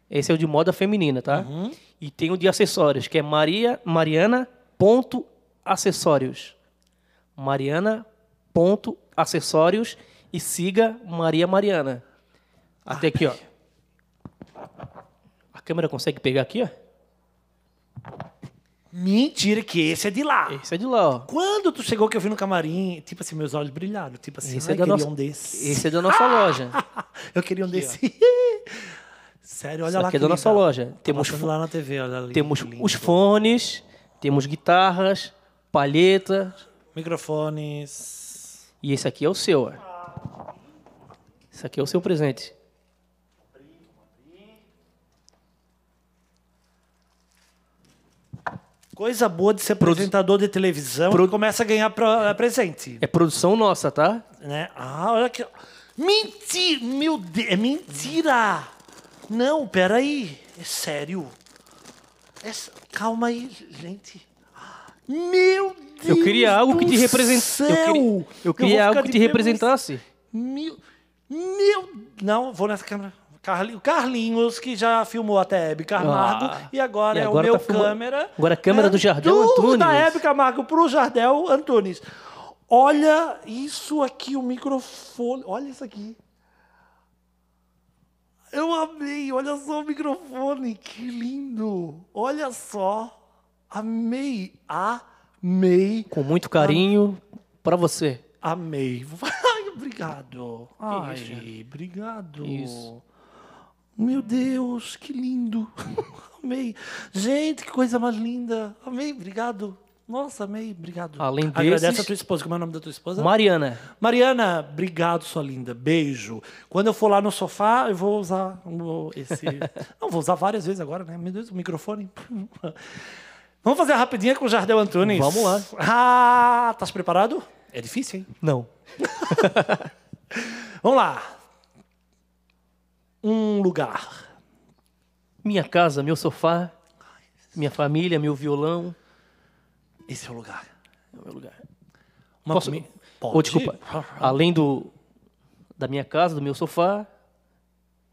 Speaker 3: Esse é o de moda feminina, tá?
Speaker 2: Uhum.
Speaker 3: E tem o de acessórios, que é Maria Mariana.acessórios. Mariana.acessórios e siga Maria Mariana. Até aqui, ó. A câmera consegue pegar aqui, ó?
Speaker 2: Mentira que esse é de lá.
Speaker 3: Esse é de lá, ó.
Speaker 2: Quando tu chegou que eu vi no camarim, tipo assim, meus olhos brilharam. Tipo assim,
Speaker 3: Esse
Speaker 2: ai,
Speaker 3: é da
Speaker 2: queria
Speaker 3: nossa-
Speaker 2: um desse. Ah!
Speaker 3: Esse é da nossa loja.
Speaker 2: Eu queria um desse. Sério, olha
Speaker 3: Isso
Speaker 2: lá.
Speaker 3: aqui é
Speaker 2: que
Speaker 3: da nossa
Speaker 2: lindo.
Speaker 3: loja.
Speaker 2: Tá
Speaker 3: Temos
Speaker 2: mostrando
Speaker 3: fo-
Speaker 2: lá na TV, olha ali.
Speaker 3: Temos
Speaker 2: que lindo.
Speaker 3: os fones, temos guitarras, palheta.
Speaker 2: Microfones.
Speaker 3: E esse aqui é o seu, ó. Esse aqui é o seu presente.
Speaker 2: Coisa boa de ser apresentador de televisão que começa a ganhar pro- eh, presente.
Speaker 3: É produção nossa, tá?
Speaker 2: Né? Ah, olha que. Mentira! Meu Deus! É mentira! Não, peraí. É sério. É s- Calma aí, gente. Meu Deus!
Speaker 3: Eu queria algo que
Speaker 2: do
Speaker 3: te representasse.
Speaker 2: céu!
Speaker 3: Eu queria, eu queria
Speaker 2: vou
Speaker 3: algo
Speaker 2: ficar
Speaker 3: que
Speaker 2: de
Speaker 3: te
Speaker 2: pé
Speaker 3: representasse.
Speaker 2: Meu. Meu. Não, vou nessa câmera. Carli- O Carlinhos, que já filmou até a Hebe Camargo,
Speaker 3: Ah,
Speaker 2: e agora
Speaker 3: e
Speaker 2: é
Speaker 3: agora
Speaker 2: o meu
Speaker 3: tá filmando-
Speaker 2: câmera. É
Speaker 3: agora a câmera do Jardel
Speaker 2: tudo
Speaker 3: Antunes.
Speaker 2: da Hebe Camargo pro Jardel Antunes. Olha isso aqui, o microfone. Olha isso aqui. Eu amei, olha só o microfone, que lindo. Olha só. Amei, amei.
Speaker 3: Com muito carinho pra você.
Speaker 2: Amei. Ai, obrigado. Ai,
Speaker 3: isso, gente.
Speaker 2: obrigado.
Speaker 3: é. Isso.
Speaker 2: Meu Deus, que lindo. Amei. Gente, que coisa mais linda. Amei, obrigado. Nossa, amei, obrigado.
Speaker 3: Além desses-
Speaker 2: Agradece a tua esposa. Como é o nome da tua esposa?
Speaker 3: Mariana,
Speaker 2: Mariana, obrigado, sua linda. Beijo. Quando eu for lá no sofá, eu vou usar o- esse. Não, vou usar várias vezes agora, né? Meu Deus, o microfone. Vamos fazer a rapidinha com o Jardel Antunes.
Speaker 3: Vamos lá.
Speaker 2: Ah, estás preparado? É difícil, hein?
Speaker 3: não.
Speaker 2: Vamos lá. Um lugar.
Speaker 3: Minha casa, meu sofá, Minha família, meu violão.
Speaker 2: Esse é o lugar.
Speaker 3: É o meu lugar.
Speaker 2: Uma
Speaker 3: Posso- Ah.
Speaker 2: comi-
Speaker 3: Ô,
Speaker 2: Pode?
Speaker 3: desculpa. Além do da minha casa, do meu sofá,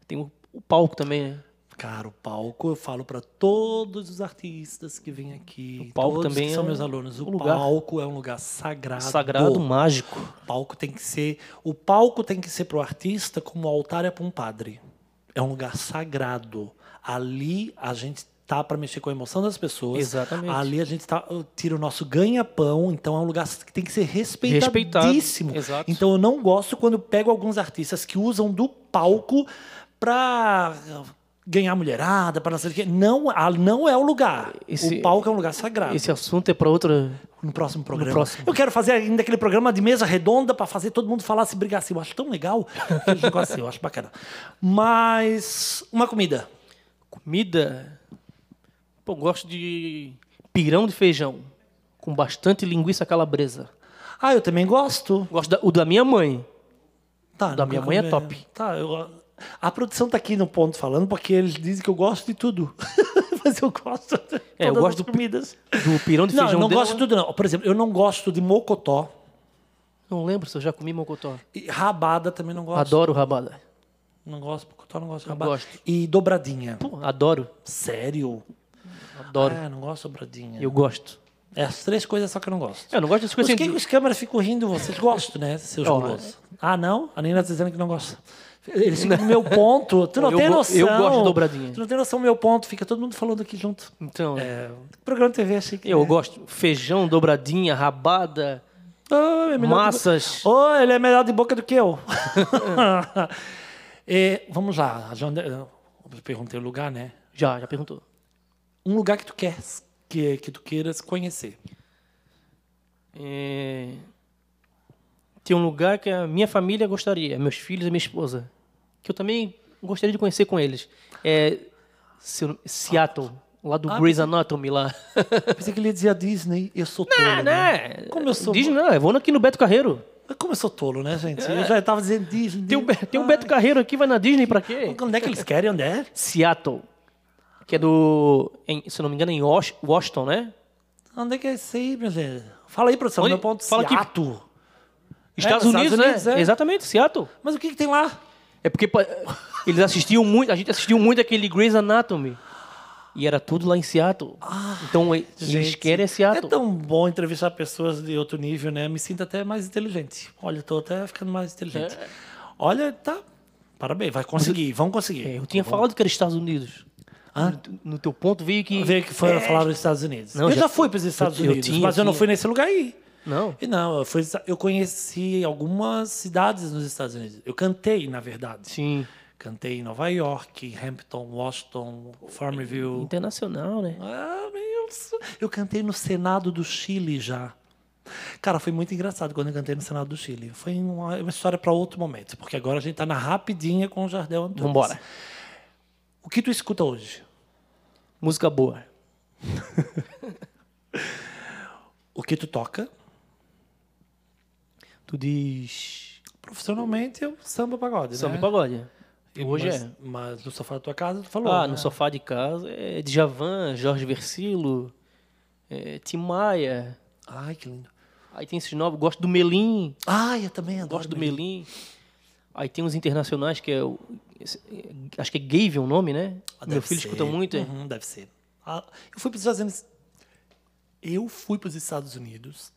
Speaker 3: tem o, o palco também, né?
Speaker 2: Cara, o palco, eu falo para todos os artistas que vêm aqui.
Speaker 3: O palco
Speaker 2: todos
Speaker 3: também
Speaker 2: que são
Speaker 3: é
Speaker 2: meus alunos. O
Speaker 3: um lugar-
Speaker 2: palco é um lugar sagrado.
Speaker 3: Sagrado, mágico.
Speaker 2: O palco tem que ser, o palco tem que ser pro artista como o altar é para um padre. É um lugar sagrado. Ali a gente tá para mexer com a emoção das pessoas.
Speaker 3: Exatamente.
Speaker 2: Ali a gente tá, tira o nosso ganha-pão, então é um lugar que tem que ser respeitadíssimo.
Speaker 3: Respeitado, exato.
Speaker 2: Então eu não gosto quando pego alguns artistas que usam do palco para ganhar mulherada, para não sei o quê. Não, ah, não é o lugar.
Speaker 3: Esse-
Speaker 2: o palco é um lugar sagrado
Speaker 3: Esse assunto é para outra.
Speaker 2: no próximo programa.
Speaker 3: próximo.
Speaker 2: Eu quero fazer ainda aquele programa de mesa redonda pra fazer todo mundo falar se brigar assim. Eu acho tão legal. Aquele negócio assim, eu acho bacana. Mas uma comida.
Speaker 3: Comida. Pô, eu gosto de pirão de feijão com bastante linguiça calabresa.
Speaker 2: Ah, eu também gosto.
Speaker 3: Gosto da, o da minha mãe.
Speaker 2: Tá, nunca
Speaker 3: Da minha mãe é
Speaker 2: comi.
Speaker 3: top.
Speaker 2: Tá, eu- a produção tá aqui no ponto falando porque eles dizem que eu gosto de tudo. Mas eu gosto de
Speaker 3: É, eu
Speaker 2: todas
Speaker 3: gosto
Speaker 2: as
Speaker 3: do-
Speaker 2: comidas.
Speaker 3: Do pirão de
Speaker 2: Não, eu
Speaker 3: feijão
Speaker 2: não
Speaker 3: dela.
Speaker 2: gosto de tudo não. Por exemplo, eu não gosto de mocotó.
Speaker 3: Não lembro se eu já comi mocotó.
Speaker 2: E rabada também não gosto.
Speaker 3: Adoro rabada.
Speaker 2: Não gosto, de mocotó não gosto de rabada.
Speaker 3: gosto.
Speaker 2: E dobradinha.
Speaker 3: Pô, adoro.
Speaker 2: Sério?
Speaker 3: Adoro.
Speaker 2: Ah, não gosto de dobradinha.
Speaker 3: Eu gosto.
Speaker 2: É as três coisas só que eu não gosto.
Speaker 3: Eu não gosto de
Speaker 2: Por
Speaker 3: coisa assim
Speaker 2: que, que os câmeras ficam rindo? Vocês gostam, né, seus
Speaker 3: Ó,
Speaker 2: gulosos? Ah, não? A Nina tá dizendo que não gosta. Eles ficam no meu ponto. Tu não
Speaker 3: Eu
Speaker 2: tem
Speaker 3: go-
Speaker 2: noção.
Speaker 3: eu gosto de dobradinha.
Speaker 2: Tu não tem noção do meu ponto. Fica todo mundo falando aqui junto.
Speaker 3: Então,
Speaker 2: É, programa de TV assim. que
Speaker 3: eu
Speaker 2: é.
Speaker 3: gosto. Feijão, dobradinha, rabada,
Speaker 2: Ah, é melhor
Speaker 3: massas.
Speaker 2: de bo- Oh, ele é melhor de boca do que eu. É, vamos lá. já onde- Eu perguntei o lugar, né?
Speaker 3: Já, já perguntou.
Speaker 2: Um lugar que tu quer, que, que tu queiras conhecer.
Speaker 3: É, Tem um lugar que a minha família gostaria, meus filhos e minha esposa, que eu também gostaria de conhecer com eles. É se eu não- Seattle, lá
Speaker 2: Ah,
Speaker 3: do Grey's Anatomy lá.
Speaker 2: Eu pensei que ele ia dizer a Disney. Eu sou tolo,
Speaker 3: Ah,
Speaker 2: né?
Speaker 3: né?
Speaker 2: Como eu sou-
Speaker 3: Diz não, eu vou aqui no Beto Carreiro.
Speaker 2: Mas Como eu sou tolo, né, gente? Eu já tava dizendo Disney.
Speaker 3: É. Tem o, Be- tem o Beto Carreiro aqui, vai na Disney pra quê?
Speaker 2: Onde é Hum. Ah. que eles querem? Onde é?
Speaker 3: Seattle, que é do, em- se eu não me engano, em Wash- Washington, né?
Speaker 2: Onde é que é isso aí, meu Deus? Fala aí, produção.
Speaker 3: Onde-
Speaker 2: Meu ponto
Speaker 3: fala aqui.
Speaker 2: Seattle.
Speaker 3: Estados,
Speaker 2: nos
Speaker 3: Unidos,
Speaker 2: Estados Unidos,
Speaker 3: né?
Speaker 2: é.
Speaker 3: Exatamente, Seattle.
Speaker 2: Mas o que, que tem lá?
Speaker 3: É porque pa- eles assistiam muito, a gente assistiu muito aquele Grey's Anatomy. E era tudo lá em Seattle. então e- eles
Speaker 2: Ah, Gente,
Speaker 3: querem Seattle.
Speaker 2: É tão bom entrevistar pessoas de outro nível, né? Me sinto até mais inteligente. Olha, tô até ficando mais inteligente. Olha, tá. Parabéns, vai conseguir, vão conseguir.
Speaker 3: É. É, Eu tinha falado que era Estados Unidos. No, no teu ponto veio que.
Speaker 2: Ver Ah. que foram falar dos Estados Unidos.
Speaker 3: É. Não,
Speaker 2: eu já,
Speaker 3: já-
Speaker 2: fui para os Estados
Speaker 3: eu
Speaker 2: Unidos,
Speaker 3: tinha,
Speaker 2: mas eu não
Speaker 3: tinha.
Speaker 2: fui nesse lugar aí.
Speaker 3: Não.
Speaker 2: E não, eu, fui, eu conheci algumas cidades nos Estados Unidos. Eu cantei, na verdade.
Speaker 3: Sim.
Speaker 2: Cantei em Nova York, Hampton, Washington, Farmville.
Speaker 3: Internacional, né?
Speaker 2: Ah, meu, so- eu cantei no Senado do Chile já. Cara, foi muito engraçado quando eu cantei no Senado do Chile. Foi uma, uma história para outro momento, porque agora a gente tá na rapidinha com o Jardel Antunes.
Speaker 3: Vambora.
Speaker 2: O que tu escuta hoje?
Speaker 3: Música boa.
Speaker 2: É. O que tu toca?
Speaker 3: Tu diz.
Speaker 2: Profissionalmente, eu samba pagode,
Speaker 3: Samba e
Speaker 2: né?
Speaker 3: pagode. Hoje
Speaker 2: mas,
Speaker 3: é.
Speaker 2: Mas no sofá da tua casa, tu falou.
Speaker 3: Ah,
Speaker 2: né?
Speaker 3: no sofá de casa é Djavan, Jorge Versilo, é, Tim Maia.
Speaker 2: Ai, que lindo.
Speaker 3: Aí tem esses novos. Gosto do Melim.
Speaker 2: Ai, eu também adoro.
Speaker 3: Gosto do Melim. Aí tem uns internacionais que é. o- esse- é, Acho que é Gave o nome, né?
Speaker 2: Ah,
Speaker 3: Meu
Speaker 2: deve
Speaker 3: filho
Speaker 2: ser.
Speaker 3: escuta muito. é.
Speaker 2: Uhum, deve ser. Ah, eu fui para os Estados Unidos. Eu fui para os Estados Unidos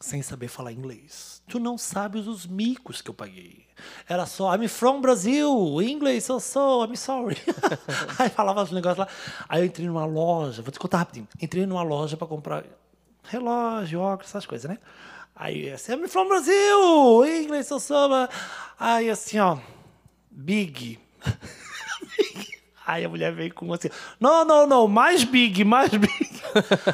Speaker 2: sem saber falar inglês. Tu não sabes os micos que eu paguei. Era só, I'm from Brasil, English, eu sou, I'm sorry. Aí falava os negócios lá. Aí eu entrei numa loja, vou te contar rapidinho. Entrei numa loja para comprar relógio, óculos, essas coisas, né? Aí assim, I'm from Brasil, English, eu sou. Aí assim, ó, big. Aí a mulher veio com assim, não, não, não, mais big, mais big.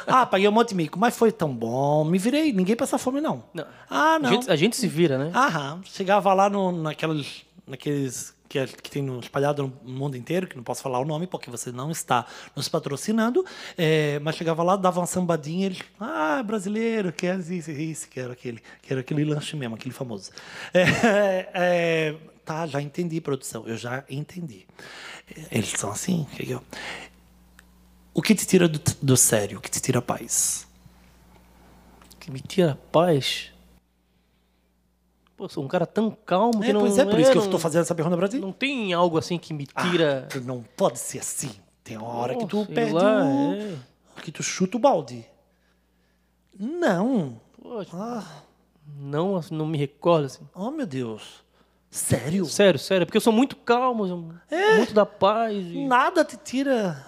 Speaker 2: ah, paguei um monte de mico, mas foi tão bom, me virei, ninguém passa fome não.
Speaker 3: Não.
Speaker 2: Ah,
Speaker 3: A
Speaker 2: não.
Speaker 3: gente, a gente se vira, né?
Speaker 2: Aham, chegava lá no, naquelas, naqueles que, é- que tem no, espalhado no mundo inteiro, que não posso falar o nome porque você não está nos patrocinando, é, mas chegava lá, dava uma sambadinha, eles, ah, brasileiro, quer isso, isso, quero aquele, quero aquele lanche mesmo, aquele famoso. É, é, tá, já entendi, produção, eu já entendi. Eles são assim, que eu... O que te tira do, do sério? O que te tira a paz? Ah.
Speaker 3: Que me tira a paz. Pô, sou um cara tão calmo que
Speaker 2: É,
Speaker 3: não.
Speaker 2: pois é, por isso que eu
Speaker 3: não-
Speaker 2: estou fazendo essa pergunta pra ti.
Speaker 3: Não tem algo assim que me tira.
Speaker 2: Ah, tu não pode ser assim. Tem uma hora que
Speaker 3: Pô,
Speaker 2: tu
Speaker 3: sei
Speaker 2: perde
Speaker 3: lá,
Speaker 2: o...
Speaker 3: é.
Speaker 2: Que tu chuta o balde. Não.
Speaker 3: Pô,
Speaker 2: Ah,
Speaker 3: não, assim, não me recordo assim.
Speaker 2: oh, meu Deus. Sério?
Speaker 3: Sério, sério, é porque eu sou muito calmo, eu-
Speaker 2: É?
Speaker 3: muito da paz. e-
Speaker 2: Nada te tira...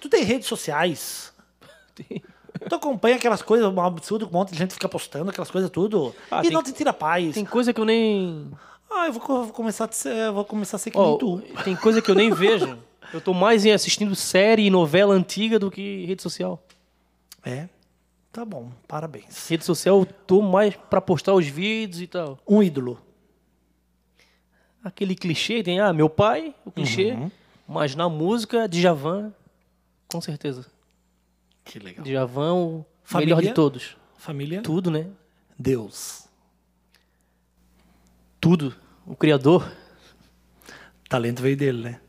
Speaker 2: Tu tem redes sociais.
Speaker 3: Tem.
Speaker 2: Tu acompanha aquelas coisas absurdas que um monte de gente fica postando, aquelas coisas tudo.
Speaker 3: Ah,
Speaker 2: e
Speaker 3: tem-
Speaker 2: não te tira a paz.
Speaker 3: Tem coisa que eu nem.
Speaker 2: Ah, eu vou, co- vou começar a ser, eu vou começar a ser que
Speaker 3: Ó,
Speaker 2: nem tu.
Speaker 3: tem coisa que eu nem vejo. Eu tô mais em assistindo série e novela antiga do que rede social.
Speaker 2: É. Tá bom, parabéns.
Speaker 3: Rede social eu tô mais pra postar os vídeos e tal.
Speaker 2: Um ídolo.
Speaker 3: Aquele clichê tem, ah, meu pai, o clichê.
Speaker 2: Uhum.
Speaker 3: Mas na música, Djavan, com certeza.
Speaker 2: Que legal.
Speaker 3: Djavan, o
Speaker 2: Família?
Speaker 3: melhor de todos.
Speaker 2: Família?
Speaker 3: Tudo, né?
Speaker 2: Deus.
Speaker 3: Tudo. O criador.
Speaker 2: Talento veio dele, né?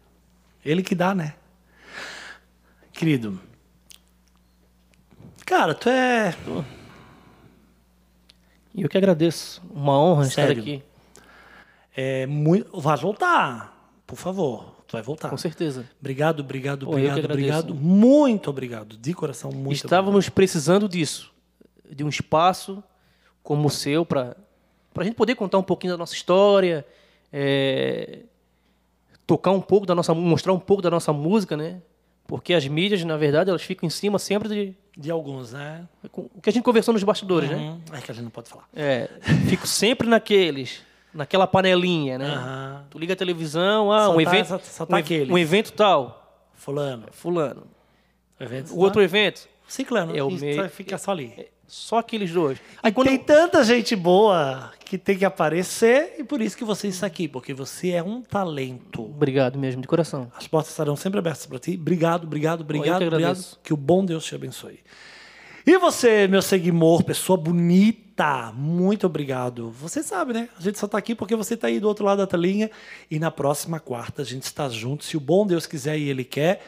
Speaker 2: Ele que dá, né? Querido. Cara, tu é.
Speaker 3: E eu que agradeço. Uma honra
Speaker 2: Sério.
Speaker 3: estar aqui.
Speaker 2: é muito. Vai voltar, por favor. Tu vai voltar.
Speaker 3: Com certeza.
Speaker 2: Obrigado, obrigado,
Speaker 3: Pô, eu que
Speaker 2: obrigado,
Speaker 3: agradeço.
Speaker 2: obrigado. Muito obrigado. De coração, muito
Speaker 3: Estávamos precisando disso, de um espaço como o seu para a gente poder contar um pouquinho da nossa história, é, tocar um pouco da nossa, mostrar um pouco da nossa música, né? Porque as mídias, na verdade, elas ficam em cima sempre de
Speaker 2: obrigado. De alguns, né?
Speaker 3: com- o que a gente conversou nos bastidores, né?
Speaker 2: Hum, É que a gente não pode falar.
Speaker 3: É, fico sempre naqueles, naquela panelinha, né?
Speaker 2: Aham.
Speaker 3: Tu liga a televisão, ah,
Speaker 2: Só
Speaker 3: um
Speaker 2: tá-
Speaker 3: evento,
Speaker 2: só- só tá
Speaker 3: um, ev-
Speaker 2: aqueles.
Speaker 3: um evento tal,
Speaker 2: Fulano.
Speaker 3: fulano.
Speaker 2: Evento,
Speaker 3: O outro evento,
Speaker 2: Ciclano.
Speaker 3: É o é,
Speaker 2: e tu
Speaker 3: meio-
Speaker 2: vai ficar só ali.
Speaker 3: só aqueles dois.
Speaker 2: E tem tanta gente boa que tem que aparecer e por isso que você está aqui, porque você é um talento.
Speaker 3: Obrigado mesmo, de coração.
Speaker 2: As portas estarão sempre abertas para ti. Obrigado, obrigado, obrigado,
Speaker 3: que
Speaker 2: obrigado.
Speaker 3: agradeço.
Speaker 2: Que o bom Deus te abençoe. E você, meu seguidor, pessoa bonita, muito obrigado. Você sabe, né? A gente só tá aqui porque você tá aí do outro lado da telinha. E na próxima quarta a gente está junto. Se o bom Deus quiser e Ele quer,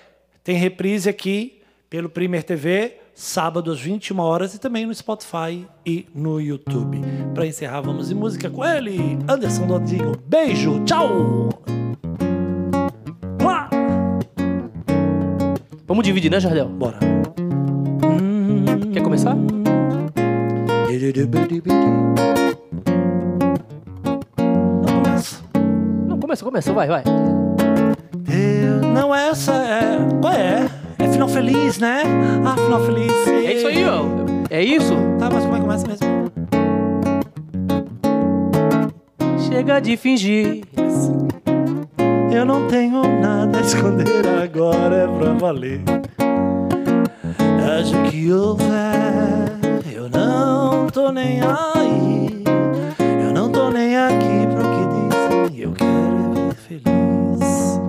Speaker 2: tem reprise aqui pelo Primer TV, sábado às 21 horas e também no Spotify e no YouTube. Para encerrar, vamos em música com ele, Anderson Nodinho. Beijo, tchau! Mua!
Speaker 3: Vamos dividir, né, Jardel?
Speaker 2: Bora.
Speaker 3: Quer começar?
Speaker 2: Não começa.
Speaker 3: Não, começa, começa, vai, vai.
Speaker 2: Eu- Não, essa é. Qual é? É final feliz, né? Ah, final feliz.
Speaker 3: É isso aí, ó. É isso?
Speaker 2: Tá, mas como é que começa mesmo?
Speaker 3: Chega de fingir.
Speaker 2: Eu não tenho nada a esconder agora, é pra valer. Acho que houver, eu não tô nem aí. Eu não tô nem aqui pro que dizem. Eu quero é viver feliz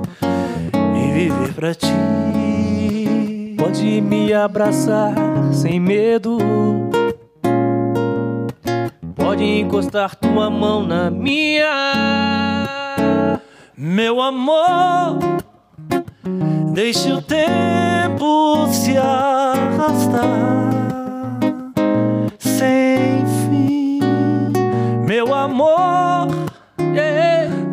Speaker 2: e viver pra ti.
Speaker 3: Pode me abraçar sem medo. Pode encostar tua mão na minha.
Speaker 2: Meu amor, deixe o tempo se arrastar sem fim. Meu amor,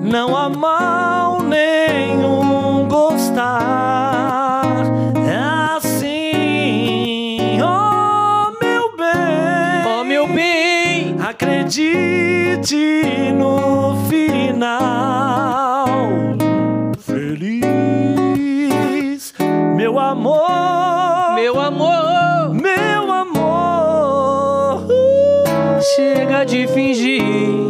Speaker 2: não há mal nenhum gostar. É assim, oh meu bem.
Speaker 3: Oh, meu bem.
Speaker 2: Acredite no final. Feliz, meu amor.
Speaker 3: Meu amor.
Speaker 2: meu amor. Uh.
Speaker 3: Chega de fingir.